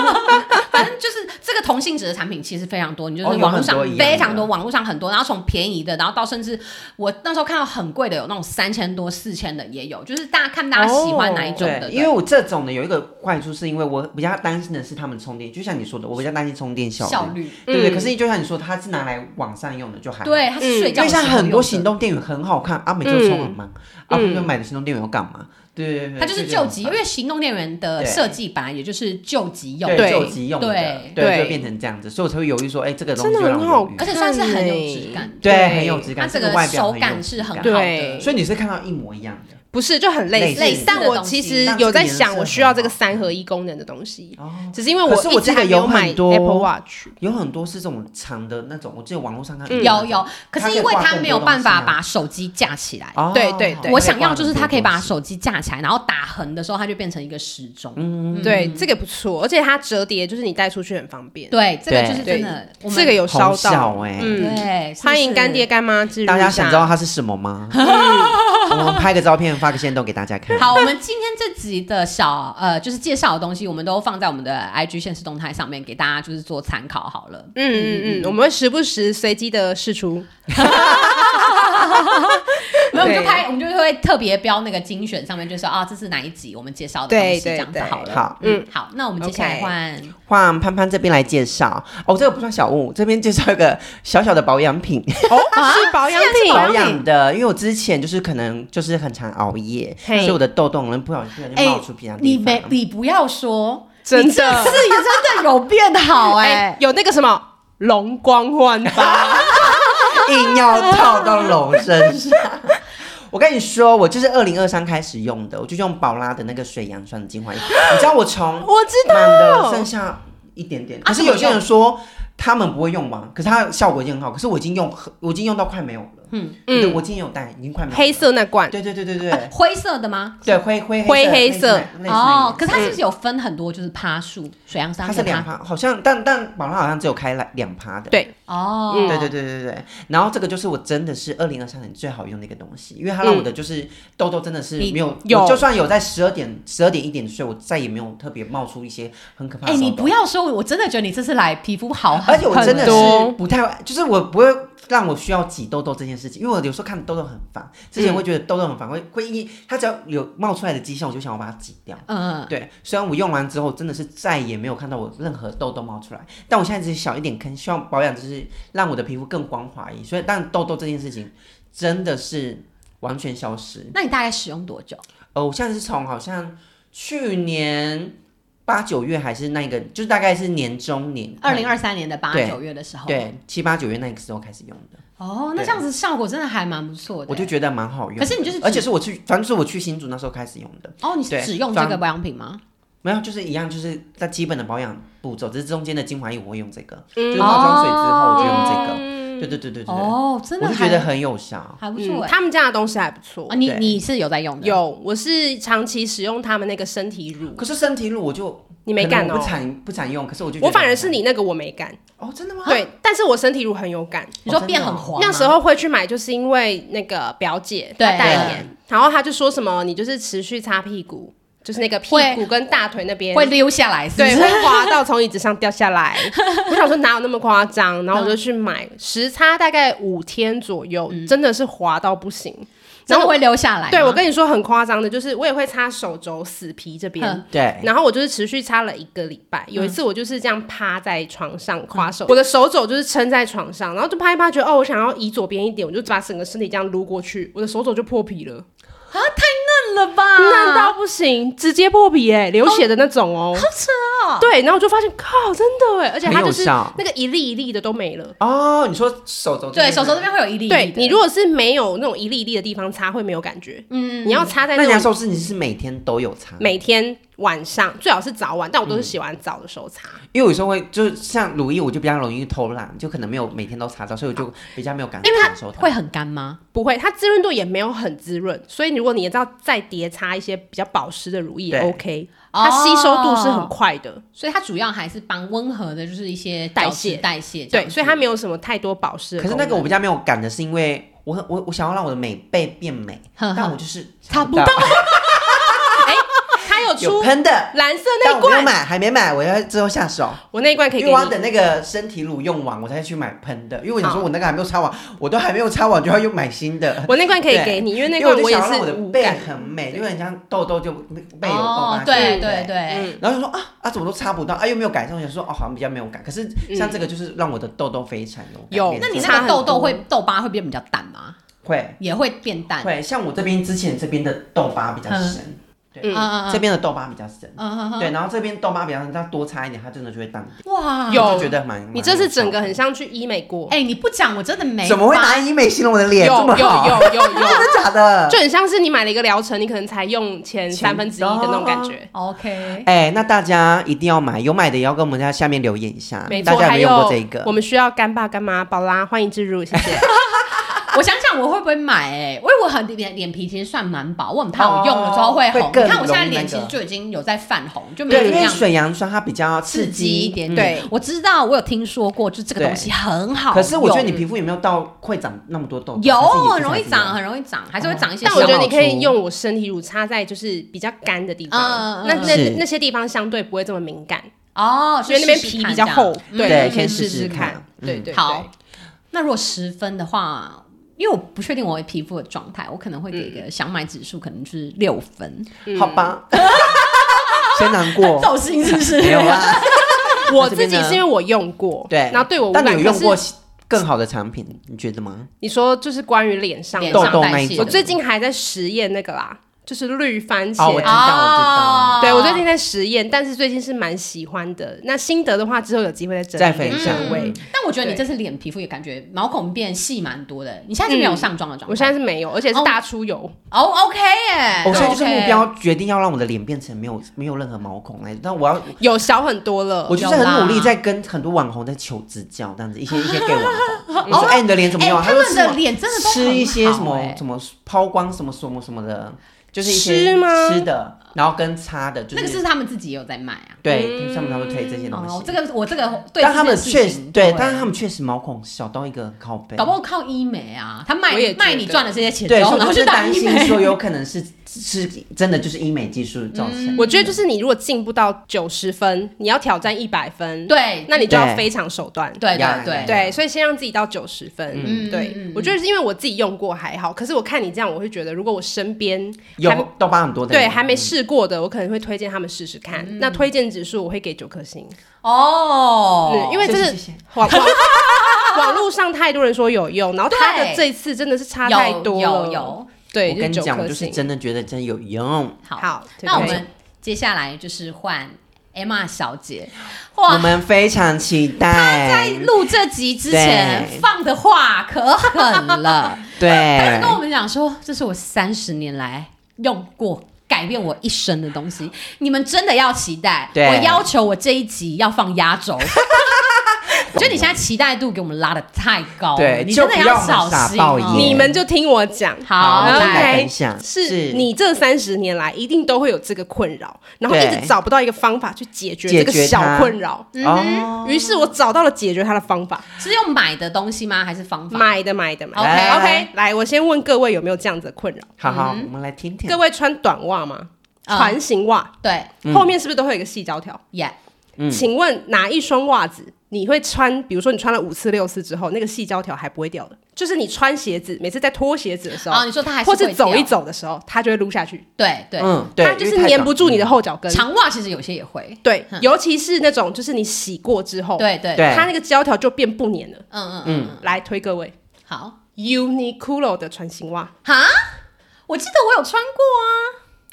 [SPEAKER 1] 反正就是这个同性质的产品其实非常多，你就是
[SPEAKER 2] 哦有
[SPEAKER 1] 网络上
[SPEAKER 2] 很多一样的
[SPEAKER 1] 非常多，网络上很多，然后从便宜的，然后到甚至我那时候看到很贵的，有那种三千多、四千的也有，就是大家看大家喜欢哪一种的。
[SPEAKER 2] 哦对，因为我这种的有一个坏处，是因为我比较担心的是他们充电，就像你说的，我比较担心充电效率。
[SPEAKER 1] 效率，
[SPEAKER 2] 对对，
[SPEAKER 3] 嗯
[SPEAKER 2] 可是就像你说，它是拿来网上用的，就还好。
[SPEAKER 1] 对，它是睡
[SPEAKER 2] 嗯因
[SPEAKER 1] 觉
[SPEAKER 2] 为
[SPEAKER 1] 的时候
[SPEAKER 2] 像
[SPEAKER 1] 用的
[SPEAKER 2] 很多行，动电源很好看啊，每次都充很满，啊，
[SPEAKER 3] 嗯
[SPEAKER 2] 不就买的行动电源要干嘛？对对对对，
[SPEAKER 1] 它就是
[SPEAKER 2] 这
[SPEAKER 1] 救
[SPEAKER 2] 种
[SPEAKER 1] 急，因为行动电源的
[SPEAKER 2] 对
[SPEAKER 1] 设计本来也就是救急用，
[SPEAKER 2] 对
[SPEAKER 3] 对
[SPEAKER 2] 救急用的，
[SPEAKER 1] 对
[SPEAKER 2] 对，
[SPEAKER 3] 对
[SPEAKER 2] 就变成这样子，所以我才会犹豫说，哎，这个东西
[SPEAKER 3] 真的
[SPEAKER 2] 就让我
[SPEAKER 3] 很好
[SPEAKER 2] 犹豫
[SPEAKER 1] 而且算是很有质感的，
[SPEAKER 2] 对
[SPEAKER 3] 对
[SPEAKER 2] 很有质
[SPEAKER 1] 它
[SPEAKER 2] 感，
[SPEAKER 1] 这
[SPEAKER 2] 个外表
[SPEAKER 1] 手
[SPEAKER 2] 很有
[SPEAKER 1] 感
[SPEAKER 2] 质
[SPEAKER 1] 是很好
[SPEAKER 2] 感
[SPEAKER 3] 对
[SPEAKER 1] 的，
[SPEAKER 2] 所以你是看到一模一样的
[SPEAKER 3] 不是就很类
[SPEAKER 2] 类
[SPEAKER 3] 似，
[SPEAKER 2] 似类似的
[SPEAKER 3] 但我
[SPEAKER 1] 东西
[SPEAKER 3] 其实
[SPEAKER 2] 但
[SPEAKER 3] 有在
[SPEAKER 2] 这个颜
[SPEAKER 3] 想，
[SPEAKER 2] 色
[SPEAKER 3] 我需要
[SPEAKER 2] 很
[SPEAKER 3] 这个
[SPEAKER 2] 好
[SPEAKER 3] 三合一功能的东西，
[SPEAKER 2] 哦。
[SPEAKER 3] 只是因为
[SPEAKER 2] 可是我
[SPEAKER 3] 一直
[SPEAKER 2] 记得
[SPEAKER 3] 还没
[SPEAKER 2] 有
[SPEAKER 3] 有买
[SPEAKER 2] 很多
[SPEAKER 3] Apple Watch。
[SPEAKER 2] 有很多是这种长的那种，我记得网络上看
[SPEAKER 3] 嗯
[SPEAKER 1] 有有，可是
[SPEAKER 2] 它可以
[SPEAKER 1] 因为
[SPEAKER 2] 挂
[SPEAKER 1] 它
[SPEAKER 2] 更
[SPEAKER 1] 没
[SPEAKER 2] 多
[SPEAKER 1] 有办
[SPEAKER 2] 东
[SPEAKER 1] 法
[SPEAKER 2] 西啊
[SPEAKER 1] 把手机架起来。
[SPEAKER 2] 哦
[SPEAKER 3] 对对对
[SPEAKER 1] 我想要就是
[SPEAKER 2] 它
[SPEAKER 1] 他可以把手机架起来，然后打横的时候，它就变成一个时钟。
[SPEAKER 3] 嗯对，这个不错，而且它折叠，就是你带出去很方便。
[SPEAKER 1] 对，这个
[SPEAKER 2] 对
[SPEAKER 1] 就是真的，我们
[SPEAKER 3] 这个有烧
[SPEAKER 2] 好小
[SPEAKER 3] 到，
[SPEAKER 2] 哎
[SPEAKER 3] 嗯，
[SPEAKER 1] 对，是不
[SPEAKER 3] 欢迎干爹
[SPEAKER 1] 是。
[SPEAKER 3] 干妈之
[SPEAKER 2] 大家想知道它是什 么吗？我们拍个照片发个线动给大家看。
[SPEAKER 1] 好，我们今天这集的小呃，就是介绍的东西，我们都放在我们的 IG 现实动态上面，给大家就是做参考好了。
[SPEAKER 3] 嗯嗯嗯，我们会时不时随机的试出，
[SPEAKER 1] 没有，我们就
[SPEAKER 3] 对
[SPEAKER 1] 拍，我们就会特别标那个精选上面，就说啊，这是哪一集我们介绍的东
[SPEAKER 3] 对
[SPEAKER 1] 西，这
[SPEAKER 3] 对
[SPEAKER 1] 样子
[SPEAKER 3] 对
[SPEAKER 1] 好了。
[SPEAKER 2] 好
[SPEAKER 1] 嗯，好，那我们接下来
[SPEAKER 3] OK
[SPEAKER 1] 换
[SPEAKER 2] 换潘潘这边来介绍哦，这个不算小物，这边介绍一个小小的保养品，
[SPEAKER 1] 啊
[SPEAKER 3] 哦，是保养品，
[SPEAKER 2] 保养的，因为我之前就是可能就是很常熬夜，所
[SPEAKER 3] 嘿哎
[SPEAKER 2] 以我的痘痘可能不小心就冒出别的地
[SPEAKER 1] 你
[SPEAKER 2] 方
[SPEAKER 1] 没，你不要说，
[SPEAKER 3] 真
[SPEAKER 1] 你这
[SPEAKER 3] 的
[SPEAKER 1] 次也真的有变好哎、
[SPEAKER 3] 哎，有那个什么容 光焕发，
[SPEAKER 2] 硬要套到龙身上。 我跟你说，我就是二零二三开始用的，我就用宝拉的那个水杨酸的精华 液。你知道我从
[SPEAKER 3] 我知
[SPEAKER 2] 满的
[SPEAKER 3] 道，
[SPEAKER 2] 剩下一点点，
[SPEAKER 1] 啊
[SPEAKER 2] 可是有些人说他们不会用嘛，可是它效果已经很好，可是我已经用很，我已经用到快没有了。嗯嗯，我今天有带，已经快没有了
[SPEAKER 3] 黑。色那罐，
[SPEAKER 2] 对对对对
[SPEAKER 1] 呃
[SPEAKER 2] 对
[SPEAKER 1] 灰色的吗？
[SPEAKER 2] 对，灰灰
[SPEAKER 3] 灰黑
[SPEAKER 2] 色
[SPEAKER 3] 色
[SPEAKER 2] 类似那类似那一
[SPEAKER 1] 哦
[SPEAKER 2] 种，
[SPEAKER 1] 可是它是不是有分很多，就是趴数、水杨酸
[SPEAKER 2] 它
[SPEAKER 1] 跟
[SPEAKER 2] 是
[SPEAKER 1] 趴？
[SPEAKER 2] 两趴，好像但但宝拉好像只有开了两趴的。
[SPEAKER 3] 对
[SPEAKER 1] 哦，
[SPEAKER 3] 嗯
[SPEAKER 2] 对对对对对，然后这个就是我真的是二零二三年最好用的一个东西，因为它让我的就是痘痘真的是
[SPEAKER 1] 你
[SPEAKER 2] 没有，
[SPEAKER 3] 有
[SPEAKER 2] 我就算有在十二点十二点一点睡，我再也没有特别冒出一些很可怕
[SPEAKER 1] 哎、
[SPEAKER 2] 的痘痘。
[SPEAKER 1] 你不要说，我真的觉得你这次来皮肤好很
[SPEAKER 2] 而且我真的
[SPEAKER 1] 多
[SPEAKER 2] 是不太会，就是我不会让我需要挤痘痘这件事情，因为我有时候看痘痘很烦，之
[SPEAKER 1] 嗯
[SPEAKER 2] 前会觉得痘痘很烦，会会一它只要有冒出来的迹象，我就想要把它挤掉。
[SPEAKER 1] 嗯，
[SPEAKER 2] 对，虽然我用完之后真的是再也没有看到我任何痘痘冒出来，但我现在只是小一点坑，希望保养就是让我的皮肤更光滑一点。所以，但痘痘这件事情真的是完全消失。
[SPEAKER 1] 那你大概使用多久？
[SPEAKER 2] 呃，我现在是从好像去年八九月还是那个，就是大概是年中年
[SPEAKER 1] 二零二三年的八
[SPEAKER 2] 嗯对
[SPEAKER 1] 九月的时候，，
[SPEAKER 2] 对七八九月那个时候开始用的。
[SPEAKER 1] 哦，那
[SPEAKER 2] 对
[SPEAKER 1] 这样子效果真的还蛮不错的。
[SPEAKER 2] 我就觉得蛮好用的。
[SPEAKER 1] 可是你就是
[SPEAKER 2] 而且是我去，反正是我去新竹那时候开始用的，
[SPEAKER 1] 哦，你是
[SPEAKER 2] 对
[SPEAKER 1] 只用这
[SPEAKER 2] 装
[SPEAKER 1] 个保养品吗？
[SPEAKER 2] 没有，就是一样，就是在基本的保养步骤，只是中间的精华液我会用这个，
[SPEAKER 3] 嗯
[SPEAKER 2] 就是化妆水之后我就用这个。
[SPEAKER 3] 嗯
[SPEAKER 2] 对对对对对，
[SPEAKER 1] 哦，真的
[SPEAKER 2] 我就觉得很有效。
[SPEAKER 1] 还不
[SPEAKER 3] 嗯
[SPEAKER 1] 错哎、
[SPEAKER 3] 他们家的东西还不错
[SPEAKER 1] 啊，。你
[SPEAKER 2] 对
[SPEAKER 1] 你是有在用的？
[SPEAKER 3] 有，我是长期使用他们那个身体乳，
[SPEAKER 2] 可是身体乳我就
[SPEAKER 3] 你没感
[SPEAKER 2] 可能
[SPEAKER 3] 哦
[SPEAKER 2] 我不。常不常用，可是我就觉得
[SPEAKER 3] 我反而是你那个我没感，
[SPEAKER 2] 哦，真的吗？
[SPEAKER 3] 对，但是我身体乳很有感。
[SPEAKER 1] 你说
[SPEAKER 2] 哦真的
[SPEAKER 1] 变
[SPEAKER 2] 哦
[SPEAKER 1] 很黄吗、
[SPEAKER 3] 那时候会去买，就是因为那个表姐她
[SPEAKER 1] 对
[SPEAKER 3] 代言，然后她就说什么你就是持续擦屁股，就是那个屁
[SPEAKER 1] 会
[SPEAKER 3] 股跟大腿那边
[SPEAKER 1] 会溜下来是不
[SPEAKER 3] 对，
[SPEAKER 1] 是，
[SPEAKER 3] 会滑到从椅子上掉下 来。我想说哪有那么夸张，然后我就去买，时差大概五天左右，
[SPEAKER 2] 嗯
[SPEAKER 3] 真的是滑到不行。
[SPEAKER 1] 真
[SPEAKER 3] 然
[SPEAKER 1] 的
[SPEAKER 3] 后
[SPEAKER 1] 会溜下来吗。
[SPEAKER 3] 对我跟你说很夸张的，就是我也会擦手肘死皮这边。
[SPEAKER 1] 嗯
[SPEAKER 2] 对，
[SPEAKER 3] 然后我就是持续擦了一个礼拜，有一次我就是这样趴在床上跨嗯手，我的手肘就是撑在床上，然后就趴一趴，觉得哦，我想要移左边一点，我就把整个身体这样撸过去，我的手肘就破皮了，
[SPEAKER 1] 嫩了吧？
[SPEAKER 3] 烂、到不行，直接破皮哎、流血的那种哦，好扯哦。对，然后我就发现靠，真的哎，而且它
[SPEAKER 2] 很有
[SPEAKER 3] 就是
[SPEAKER 2] 效
[SPEAKER 3] 那个一粒一粒的都没了。
[SPEAKER 2] 哦，你说手肘
[SPEAKER 1] 对
[SPEAKER 2] 边
[SPEAKER 1] 手肘这边会有一粒一粒
[SPEAKER 3] 对
[SPEAKER 1] 的
[SPEAKER 3] 你如果是没有那种一粒一粒的地方擦，会没有感觉。嗯，你要擦在
[SPEAKER 2] 那你
[SPEAKER 3] 那
[SPEAKER 2] 要
[SPEAKER 3] 种
[SPEAKER 2] 说是你是每天都有擦，
[SPEAKER 3] 每天晚上，最好是早晚，但我都是洗完澡的时候擦。
[SPEAKER 2] 因为有时候会就是像乳液，我就比较容易偷懒，就可能没有每天都擦到，所以我就比较没有感
[SPEAKER 1] 因为它
[SPEAKER 2] 感受到。
[SPEAKER 1] 会很干吗？
[SPEAKER 3] 不会，它滋润度也没有很滋润，所以如果你也知道再叠擦一些比较保湿的乳液
[SPEAKER 2] 对
[SPEAKER 3] 也
[SPEAKER 2] 哦
[SPEAKER 3] OK，
[SPEAKER 1] 哦
[SPEAKER 3] 它吸收度是很快的，
[SPEAKER 1] 所以它主要还是帮温和的，就是一些
[SPEAKER 3] 代
[SPEAKER 1] 角质
[SPEAKER 3] 谢
[SPEAKER 1] 代谢这样
[SPEAKER 3] 对，
[SPEAKER 1] 子。
[SPEAKER 3] 所以它没有什么太多保湿的
[SPEAKER 2] 可
[SPEAKER 3] 功
[SPEAKER 2] 是
[SPEAKER 3] 能。
[SPEAKER 2] 那个我比较没有感的是因为我很我我想要让我的美背变美，
[SPEAKER 1] 呵呵
[SPEAKER 2] 但我就是
[SPEAKER 1] 擦不
[SPEAKER 2] 到，
[SPEAKER 3] 它有
[SPEAKER 2] 有
[SPEAKER 3] 出
[SPEAKER 2] 喷的，
[SPEAKER 3] 蓝色
[SPEAKER 2] 但
[SPEAKER 3] 那
[SPEAKER 2] 我没有
[SPEAKER 3] 罐，
[SPEAKER 2] 买，还没买，我要之后下手，
[SPEAKER 3] 我那一罐可以
[SPEAKER 2] 因
[SPEAKER 3] 给
[SPEAKER 2] 为我要
[SPEAKER 3] 你。
[SPEAKER 2] 等那个身体乳用完，我才去买喷的，因为我想说我那个还没有擦完，我都还没有擦完就要又买新的。
[SPEAKER 3] 我那罐可以
[SPEAKER 2] 对
[SPEAKER 3] 给你，因为那
[SPEAKER 2] 因为
[SPEAKER 3] 罐
[SPEAKER 2] 我就
[SPEAKER 3] 也
[SPEAKER 2] 想要
[SPEAKER 3] 是
[SPEAKER 2] 让我的
[SPEAKER 3] 无
[SPEAKER 2] 背
[SPEAKER 3] 感。
[SPEAKER 2] 很美，因为很像痘痘就背有痘
[SPEAKER 1] 哦
[SPEAKER 2] 疤，，
[SPEAKER 1] 对
[SPEAKER 2] 不
[SPEAKER 1] 对对，
[SPEAKER 3] 嗯，
[SPEAKER 2] 然后就说啊啊，怎么都擦不到啊，又没有改善。我想说哦，好像比较没有改。可是像这个就是让我的痘痘非常有改变。
[SPEAKER 3] 有
[SPEAKER 1] 那你那
[SPEAKER 3] 差
[SPEAKER 1] 个
[SPEAKER 3] 很
[SPEAKER 1] 痘痘
[SPEAKER 3] 多
[SPEAKER 1] 会痘疤会变比较淡吗？
[SPEAKER 2] 会
[SPEAKER 1] 也会变淡。
[SPEAKER 2] 会像我这边之前这边的痘疤比较深，
[SPEAKER 1] 嗯嗯
[SPEAKER 2] 这
[SPEAKER 1] 嗯
[SPEAKER 2] 边的痘疤比较深，
[SPEAKER 1] 嗯嗯
[SPEAKER 2] 对，然后这边痘疤比较深，它多擦一点，它真的就会淡掉。
[SPEAKER 1] 嗯，哇，
[SPEAKER 3] 有
[SPEAKER 2] 我就觉得蛮，
[SPEAKER 3] 你
[SPEAKER 2] 蛮
[SPEAKER 3] 这
[SPEAKER 2] 有
[SPEAKER 3] 是
[SPEAKER 2] 效
[SPEAKER 3] 整个
[SPEAKER 2] 的
[SPEAKER 3] 很像去医美过，
[SPEAKER 1] 哎，你不讲我真的没
[SPEAKER 2] 怎么会
[SPEAKER 1] 发
[SPEAKER 2] 拿医美形容我的
[SPEAKER 3] 有
[SPEAKER 2] 脸这么
[SPEAKER 3] 有
[SPEAKER 2] 好？
[SPEAKER 3] 有有有，
[SPEAKER 2] 真的假的？
[SPEAKER 3] 就很像是你买了一个疗程，你可能才用前三分之一的那种感觉。
[SPEAKER 1] ？OK，
[SPEAKER 2] 哎、那大家一定要买，有买的也要跟我们在下面留言一下。
[SPEAKER 3] 没
[SPEAKER 2] 大
[SPEAKER 3] 错，
[SPEAKER 2] 家
[SPEAKER 3] 还
[SPEAKER 2] 有没
[SPEAKER 3] 有
[SPEAKER 2] 用过这个？
[SPEAKER 3] 我们需要干爸干妈宝拉欢迎置入，谢谢。
[SPEAKER 1] 我想想我会不会买？哎，因为我很脸脸皮其实算蛮薄，我很怕我用了之后会
[SPEAKER 2] 哦会
[SPEAKER 1] 红。
[SPEAKER 2] 更
[SPEAKER 1] 你看我现在
[SPEAKER 2] 容易那
[SPEAKER 1] 脸其实
[SPEAKER 2] 个
[SPEAKER 1] 就已经有在泛红，就没有
[SPEAKER 2] 对，
[SPEAKER 1] 怎么
[SPEAKER 2] 因为
[SPEAKER 1] 样
[SPEAKER 2] 水杨酸它比较
[SPEAKER 1] 刺激一点
[SPEAKER 2] 嗯
[SPEAKER 1] 点
[SPEAKER 3] 对。
[SPEAKER 1] 我知道，我有听说过，就这个
[SPEAKER 2] 对
[SPEAKER 1] 东西很好用。
[SPEAKER 2] 可是我觉得你皮肤有没有到会长那么多痘？
[SPEAKER 1] 有
[SPEAKER 2] 还是也不
[SPEAKER 1] 很
[SPEAKER 2] 是
[SPEAKER 1] 容易
[SPEAKER 2] 很
[SPEAKER 1] 长，
[SPEAKER 2] 多。
[SPEAKER 1] 很容易长，还是会长一些
[SPEAKER 3] 哦但
[SPEAKER 1] 小
[SPEAKER 3] 我
[SPEAKER 1] 毛
[SPEAKER 3] 觉
[SPEAKER 1] 球。
[SPEAKER 3] 得你可以用我身体乳擦在就是比较干的地
[SPEAKER 1] 嗯嗯
[SPEAKER 3] 方，
[SPEAKER 1] 嗯
[SPEAKER 3] 那
[SPEAKER 2] 是
[SPEAKER 3] 那那些地方相对不会这么敏感，
[SPEAKER 1] 哦，
[SPEAKER 3] 因为那边皮比较厚，
[SPEAKER 1] 嗯对，
[SPEAKER 2] 对
[SPEAKER 3] 你
[SPEAKER 2] 先
[SPEAKER 3] 可以
[SPEAKER 2] 试
[SPEAKER 3] 试
[SPEAKER 2] 试看
[SPEAKER 3] 看。
[SPEAKER 2] 嗯
[SPEAKER 3] 对对，
[SPEAKER 1] 好，那如果十分的话，因为我不确定我的皮肤的状态，我可能会给一
[SPEAKER 3] 嗯
[SPEAKER 1] 个想买指数，可能就是六分。
[SPEAKER 2] 好 吧，先难
[SPEAKER 3] 哦
[SPEAKER 2] 过，
[SPEAKER 1] 走心是不是？
[SPEAKER 2] 没有啦。
[SPEAKER 3] 对
[SPEAKER 2] 那
[SPEAKER 3] 我自
[SPEAKER 2] 这边
[SPEAKER 3] 己
[SPEAKER 2] 呢
[SPEAKER 3] 是因为我用过，
[SPEAKER 2] 对，
[SPEAKER 3] 然后对我无
[SPEAKER 2] 但
[SPEAKER 3] 感。
[SPEAKER 2] 你有用过
[SPEAKER 3] 可是
[SPEAKER 2] 更好的产品，你觉得吗？
[SPEAKER 3] 你说就是关于脸上的
[SPEAKER 1] 脸
[SPEAKER 2] 痘
[SPEAKER 1] 上
[SPEAKER 2] 痘
[SPEAKER 1] 代
[SPEAKER 2] 那一
[SPEAKER 1] 谢
[SPEAKER 2] 种
[SPEAKER 1] 的
[SPEAKER 3] 我最近还在实验那个啦，就是绿番
[SPEAKER 2] 哦，我
[SPEAKER 3] 茄
[SPEAKER 2] 知。
[SPEAKER 1] 哦
[SPEAKER 2] 道，我
[SPEAKER 3] 对，我最近在实验，但是最近是蛮喜欢的。那心得的话，之后有机会再
[SPEAKER 2] 知道，
[SPEAKER 3] 整
[SPEAKER 2] 再
[SPEAKER 3] 理
[SPEAKER 2] 分
[SPEAKER 3] 一
[SPEAKER 2] 享
[SPEAKER 3] 下。
[SPEAKER 1] 嗯
[SPEAKER 3] 我也
[SPEAKER 1] 但我觉得你这次脸皮肤也感觉毛孔变细蛮多的，你现在是
[SPEAKER 3] 嗯
[SPEAKER 1] 没有上妆的状态。
[SPEAKER 3] 我现在是没有，而且是
[SPEAKER 1] 哦
[SPEAKER 3] 大出油。
[SPEAKER 1] 哦，OK 耶，
[SPEAKER 2] 哦我现在就是
[SPEAKER 1] OK
[SPEAKER 2] 目。标决定要让我的脸变成没有没有任何毛孔那种，但我要
[SPEAKER 1] 哦
[SPEAKER 3] 有小很多了
[SPEAKER 2] 我。就是很努力在跟很多网红在求指教，这样子一些一 些 gay 网红，我说哎你的脸怎么
[SPEAKER 1] 哎
[SPEAKER 2] 样？
[SPEAKER 1] 他
[SPEAKER 2] 说
[SPEAKER 1] 们
[SPEAKER 2] 吃
[SPEAKER 1] 的脸真的都
[SPEAKER 2] 吃一些什
[SPEAKER 1] 很好
[SPEAKER 2] 么
[SPEAKER 1] 哎
[SPEAKER 2] 什么抛光什么什么什么的，就是一些
[SPEAKER 3] 吃吗
[SPEAKER 2] 吃的，然后跟擦的，就
[SPEAKER 1] 那个是
[SPEAKER 2] 是
[SPEAKER 1] 他们自己也有在卖啊。
[SPEAKER 2] 对，上面他们推这些东
[SPEAKER 1] 哦，
[SPEAKER 2] 西
[SPEAKER 1] 这。个我这个对
[SPEAKER 2] 但
[SPEAKER 1] 这
[SPEAKER 2] 他们
[SPEAKER 1] 件
[SPEAKER 2] 确
[SPEAKER 1] 事
[SPEAKER 2] 实
[SPEAKER 1] 情
[SPEAKER 2] 对，
[SPEAKER 1] 会
[SPEAKER 2] 但是他们确实毛孔小到一个很靠背
[SPEAKER 1] 搞。不好靠医美啊，他卖
[SPEAKER 3] 我也觉得
[SPEAKER 1] 卖你赚了这些钱
[SPEAKER 2] 对，
[SPEAKER 1] 之
[SPEAKER 2] 所
[SPEAKER 1] 后，
[SPEAKER 2] 以
[SPEAKER 1] 然
[SPEAKER 2] 我
[SPEAKER 1] 后
[SPEAKER 2] 就
[SPEAKER 1] 去
[SPEAKER 2] 是
[SPEAKER 1] 打
[SPEAKER 2] 担
[SPEAKER 1] 医
[SPEAKER 2] 心
[SPEAKER 1] 美。
[SPEAKER 2] 说有可能是是真的就是医美技术造
[SPEAKER 1] 嗯
[SPEAKER 2] 成。
[SPEAKER 3] 我觉得就是你如果进步到九十分，你要挑战一百分，，
[SPEAKER 1] 对
[SPEAKER 3] 那你就要
[SPEAKER 2] 对
[SPEAKER 3] 非常手段。
[SPEAKER 1] 对
[SPEAKER 2] 呀
[SPEAKER 1] 对对
[SPEAKER 2] 呀
[SPEAKER 3] 对，所以先让自己到九十分。
[SPEAKER 1] 嗯
[SPEAKER 3] 对，
[SPEAKER 1] 嗯嗯
[SPEAKER 3] 我觉得是因为我自己用过还好，可是我看你这样，我会觉得如果我身边还没
[SPEAKER 2] 有痘疤很多的
[SPEAKER 3] 对
[SPEAKER 2] 人
[SPEAKER 3] 还没试过的，我可能会推荐他们试试看。
[SPEAKER 2] 嗯
[SPEAKER 3] 那推荐指数我会给九颗星，
[SPEAKER 1] 哦
[SPEAKER 3] 嗯，因为真的
[SPEAKER 2] 谢谢谢谢
[SPEAKER 3] 网网网络上太多人说有用，然后他的
[SPEAKER 1] 对
[SPEAKER 3] 这一次真的是差太
[SPEAKER 1] 有
[SPEAKER 3] 多了。
[SPEAKER 1] 有有
[SPEAKER 3] 对，
[SPEAKER 2] 我跟你
[SPEAKER 3] 九
[SPEAKER 2] 讲，
[SPEAKER 3] 颗
[SPEAKER 2] 我就是
[SPEAKER 3] 星。
[SPEAKER 2] 真的觉得真有用。
[SPEAKER 1] 好。
[SPEAKER 3] 好，
[SPEAKER 1] 那我
[SPEAKER 3] 对
[SPEAKER 1] 们接下来就是换 Emma 小姐，
[SPEAKER 2] 我
[SPEAKER 1] 哇，
[SPEAKER 2] 们非常期
[SPEAKER 1] 在
[SPEAKER 2] 待，
[SPEAKER 1] 录这集之前
[SPEAKER 2] 对
[SPEAKER 1] 放的话可狠了，他
[SPEAKER 2] 对
[SPEAKER 1] 是跟，我们讲说，这是我三十年来用过。改变我一生的东西，你们真的要期待。
[SPEAKER 2] 对
[SPEAKER 1] 我要求我这一集要放压轴， 就你现在期待度给我们拉的太高了，
[SPEAKER 2] 对
[SPEAKER 1] 你真的
[SPEAKER 2] 就不要
[SPEAKER 1] 小
[SPEAKER 2] 傻
[SPEAKER 1] 心
[SPEAKER 2] 爆
[SPEAKER 1] 哦。
[SPEAKER 2] 眼
[SPEAKER 3] 你们就听我讲。
[SPEAKER 1] 好
[SPEAKER 2] 好，
[SPEAKER 1] 来
[SPEAKER 2] 来
[SPEAKER 3] OK
[SPEAKER 2] 分享
[SPEAKER 3] 是你这三十年来一定都会有这个困扰，然后一
[SPEAKER 2] 对
[SPEAKER 3] 直找不到一个方法去解决
[SPEAKER 2] 解
[SPEAKER 3] 这个
[SPEAKER 2] 决
[SPEAKER 3] 小
[SPEAKER 2] 它
[SPEAKER 3] 困扰。
[SPEAKER 2] 哦，
[SPEAKER 3] 于是我找到了解决它的方法，
[SPEAKER 1] 是用买的东西吗？还是方法？
[SPEAKER 3] 买的买的买的。
[SPEAKER 1] OK，
[SPEAKER 3] OK，来，我先问各位有没有这样子的困扰？
[SPEAKER 2] 好好，我们来听听
[SPEAKER 3] 嗯各。位穿短袜吗？
[SPEAKER 1] 嗯
[SPEAKER 3] 船型袜
[SPEAKER 1] 对，
[SPEAKER 3] 后面是不是都会有一个细胶条？
[SPEAKER 1] 耶、
[SPEAKER 3] 请问哪一双袜子你会穿？比如说你穿了五次六次之后，那个细胶条还不会掉的，就是你穿鞋子，每次在脱鞋子的时候，
[SPEAKER 1] 哦，你说它还是
[SPEAKER 3] 或
[SPEAKER 1] 会
[SPEAKER 3] 是走一
[SPEAKER 1] 掉，
[SPEAKER 3] 走的时候，它就会撸下去，
[SPEAKER 1] 对对，
[SPEAKER 2] 嗯，对，
[SPEAKER 3] 它就
[SPEAKER 2] 因为
[SPEAKER 3] 是
[SPEAKER 2] 太
[SPEAKER 3] 粘
[SPEAKER 2] 短
[SPEAKER 3] 不住你的。后脚跟。
[SPEAKER 1] 长袜其实有些也会，
[SPEAKER 3] 对，尤其是那种就是你洗过之后，
[SPEAKER 1] 嗯对对，
[SPEAKER 2] 哦对
[SPEAKER 3] 它那个胶条就变不粘了。
[SPEAKER 1] 嗯嗯嗯，
[SPEAKER 3] 来推各位
[SPEAKER 1] 好
[SPEAKER 3] ，Uniqlo 的船型袜，
[SPEAKER 1] 哈，我记得我有穿过啊，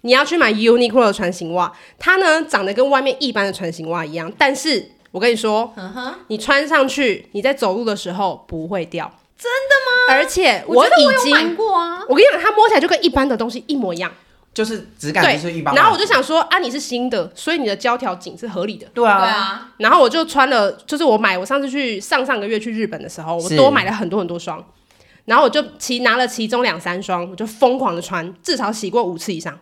[SPEAKER 3] 你要去买 Uniqlo 的船型袜，它呢长得跟外面一般的船型袜一样，但是我跟你说，
[SPEAKER 1] 嗯哼，
[SPEAKER 3] 你穿上去，你在走路的时候不会掉，
[SPEAKER 1] 真的
[SPEAKER 3] 而且
[SPEAKER 1] 吗？我觉得我
[SPEAKER 3] 已
[SPEAKER 1] 有买
[SPEAKER 3] 经。
[SPEAKER 1] 过啊，
[SPEAKER 3] 我跟你讲，它摸起来就跟一般的东西一模一样，
[SPEAKER 2] 就是质感就是
[SPEAKER 3] 对
[SPEAKER 2] 一。般。
[SPEAKER 3] 然后我就，想说，啊，你是新的，所以你的胶条紧是合理的。
[SPEAKER 2] 对
[SPEAKER 1] 对
[SPEAKER 2] 啊，
[SPEAKER 1] 啊，
[SPEAKER 3] 然后我就穿了，就是我买，我上次去上上个月去日本的时候，我
[SPEAKER 2] 是
[SPEAKER 3] 多买了很多很多双，然后我就其拿了其中两三双，我就疯狂的穿，至少洗过五次以上，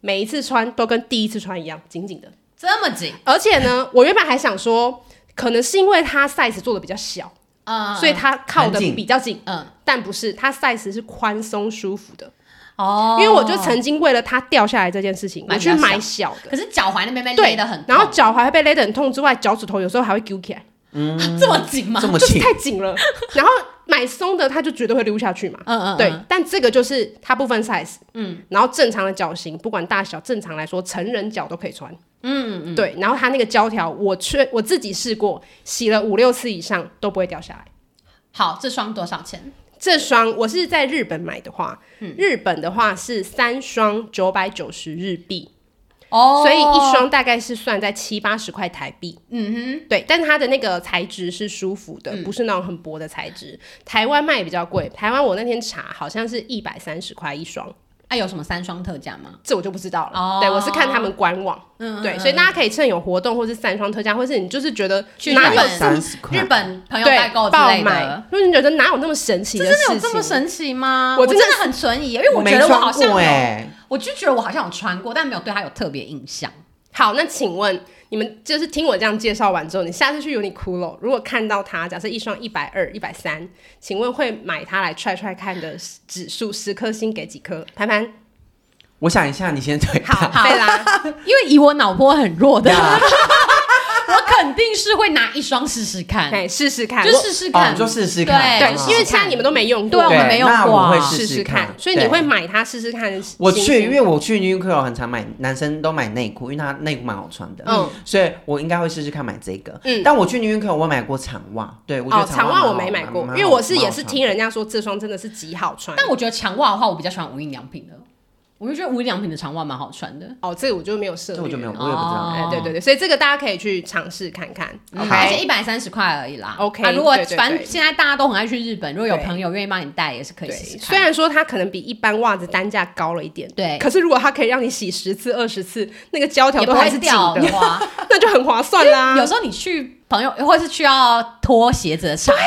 [SPEAKER 3] 每一次穿都跟第一次穿一样，紧紧的。
[SPEAKER 1] 这么紧，
[SPEAKER 3] 而且呢，我原本还想说，可能是因为它 size 做的比较小，
[SPEAKER 1] 嗯，
[SPEAKER 3] 所以它靠的
[SPEAKER 2] 很紧
[SPEAKER 3] 比较紧，
[SPEAKER 1] 嗯，
[SPEAKER 3] 但不是，它 size 是宽松舒服的。
[SPEAKER 1] 哦，
[SPEAKER 3] 因为我就曾经为了它掉下来这件事情，
[SPEAKER 1] 买
[SPEAKER 3] 我
[SPEAKER 1] 比较
[SPEAKER 3] 去买
[SPEAKER 1] 小
[SPEAKER 3] 小的，
[SPEAKER 1] 可是脚踝那边被
[SPEAKER 3] 对
[SPEAKER 1] 勒得很痛，
[SPEAKER 3] 然后脚踝被勒得很痛之外，脚趾头有时候还会揪起来。
[SPEAKER 1] 这么紧吗
[SPEAKER 2] 这？么
[SPEAKER 3] 就是
[SPEAKER 2] 轻，
[SPEAKER 3] 太紧了。然后买松的，它就绝对会溜下去嘛。
[SPEAKER 1] 嗯嗯，
[SPEAKER 3] 对
[SPEAKER 1] 嗯，
[SPEAKER 3] 但这个就是它不分 size，嗯，然后正常的脚型，不管大小，正常来说，成人脚都可以穿，嗯嗯，对。然后它那个胶条，我确我自己试过，洗了五六次以上都不会掉下来。
[SPEAKER 1] 好，这双多少钱？
[SPEAKER 3] 这双我是在日本买的话，日本的话是三双九百九十日币，
[SPEAKER 1] 哦
[SPEAKER 3] 所以一，双大概是算在七八十块台币。
[SPEAKER 1] 嗯
[SPEAKER 3] 对，但它的那个材质是舒服的，不是那种很薄的材质。台湾卖比较贵，台湾我那天查好像是一百三十块一双，
[SPEAKER 1] 哼，啊，有什么三双特价吗？
[SPEAKER 3] 这我就不知道了。
[SPEAKER 1] 哦
[SPEAKER 3] 对，我是看他们官网。
[SPEAKER 1] 嗯，
[SPEAKER 3] 对，所以大家可以趁有活动或是三双特价，或是你就是觉得
[SPEAKER 1] 去
[SPEAKER 3] 哪
[SPEAKER 1] 日
[SPEAKER 3] 有
[SPEAKER 1] 本
[SPEAKER 3] 这么
[SPEAKER 2] 三十块
[SPEAKER 1] 日，本朋友代
[SPEAKER 3] 对
[SPEAKER 1] 购之
[SPEAKER 3] 爆
[SPEAKER 1] 类的
[SPEAKER 3] 买，，就是你觉得哪有那么神奇
[SPEAKER 1] 这
[SPEAKER 3] 事
[SPEAKER 1] 真的
[SPEAKER 3] 情？
[SPEAKER 1] 有这么神奇吗？
[SPEAKER 3] 我
[SPEAKER 1] 我
[SPEAKER 3] 真
[SPEAKER 1] 真
[SPEAKER 3] 的
[SPEAKER 1] 的很存疑耶，因为我
[SPEAKER 2] 没
[SPEAKER 1] 觉得我
[SPEAKER 2] 穿
[SPEAKER 1] 好像
[SPEAKER 2] 过
[SPEAKER 1] 有，
[SPEAKER 2] 哎，
[SPEAKER 1] 我就觉得我好像有穿过，但没有对它有特别印象。
[SPEAKER 3] 好，那请问你们就是听我这样介绍完之后，你下次去有你骷髅，如果看到它，假设一双一百二、一百三，请问会买它来踹踹看的指数十颗星给几颗？盘盘
[SPEAKER 2] 我想一下，你先对
[SPEAKER 3] 好，
[SPEAKER 2] 他。
[SPEAKER 1] 好
[SPEAKER 3] 贝拉。
[SPEAKER 1] 因为以我脑波很弱的，我肯定是会拿一双试试看，
[SPEAKER 3] 哎，试试看，
[SPEAKER 1] 就
[SPEAKER 3] 我
[SPEAKER 1] 试试
[SPEAKER 2] 哦，
[SPEAKER 1] 看，
[SPEAKER 2] 你嗯就嗯试
[SPEAKER 1] 对
[SPEAKER 2] 试看，
[SPEAKER 3] 对
[SPEAKER 2] 好不，好
[SPEAKER 3] 因为现在你们都没用过，
[SPEAKER 1] 对我们没用
[SPEAKER 2] 那
[SPEAKER 1] 过啊
[SPEAKER 2] 我会
[SPEAKER 3] 试
[SPEAKER 2] 试
[SPEAKER 3] 看，所以
[SPEAKER 2] 对
[SPEAKER 3] 你会买它试试看的心情。
[SPEAKER 2] 我去，因为我去 Uniqlo 很常买，男生都买内裤，因为它内裤蛮好穿的，
[SPEAKER 3] 嗯
[SPEAKER 2] 所以我应该会试试看买这个。
[SPEAKER 3] 嗯
[SPEAKER 2] 但我去 Uniqlo 我买过长袜，对，我觉得
[SPEAKER 3] 哦，长袜
[SPEAKER 2] 袜
[SPEAKER 3] 我
[SPEAKER 2] 蛮
[SPEAKER 3] 没
[SPEAKER 2] 好
[SPEAKER 3] 买过，
[SPEAKER 2] 蛮
[SPEAKER 3] 因
[SPEAKER 2] 好
[SPEAKER 3] 为我是
[SPEAKER 2] 蛮
[SPEAKER 3] 也是
[SPEAKER 2] 好穿的
[SPEAKER 3] 听人家说这双真的是极好穿。
[SPEAKER 1] 但我觉得长袜的话，我比较喜欢无印良品的。我就觉得无印良品的长袜蛮好穿的，
[SPEAKER 3] 哦，这个我就没有涉
[SPEAKER 2] 这
[SPEAKER 3] 猎，
[SPEAKER 2] 我就没有，我也不知道。
[SPEAKER 3] 哎，对对对，所以这个大家可以去尝试看看。
[SPEAKER 1] 嗯
[SPEAKER 2] OK
[SPEAKER 1] 而且一百三十块而已啦。
[SPEAKER 3] OK，
[SPEAKER 1] 啊如果
[SPEAKER 3] 对对对
[SPEAKER 1] 反正现在大家都很爱去日本，如果有
[SPEAKER 3] 对
[SPEAKER 1] 朋友愿意帮你带，也是可以
[SPEAKER 3] 对，
[SPEAKER 1] 试试
[SPEAKER 3] 虽
[SPEAKER 1] 看。
[SPEAKER 3] 然说它可能比一般袜子单价高了一点，
[SPEAKER 1] 对，
[SPEAKER 3] 可是如果它可以让你洗十次、二十次，那个胶条
[SPEAKER 1] 也
[SPEAKER 3] 都
[SPEAKER 1] 不
[SPEAKER 3] 还
[SPEAKER 1] 会
[SPEAKER 3] 是紧
[SPEAKER 1] 掉
[SPEAKER 3] 的
[SPEAKER 1] 的，话，
[SPEAKER 3] 那就很划算 啦。
[SPEAKER 1] 有时候你去朋友或者是去要脱鞋子的场合，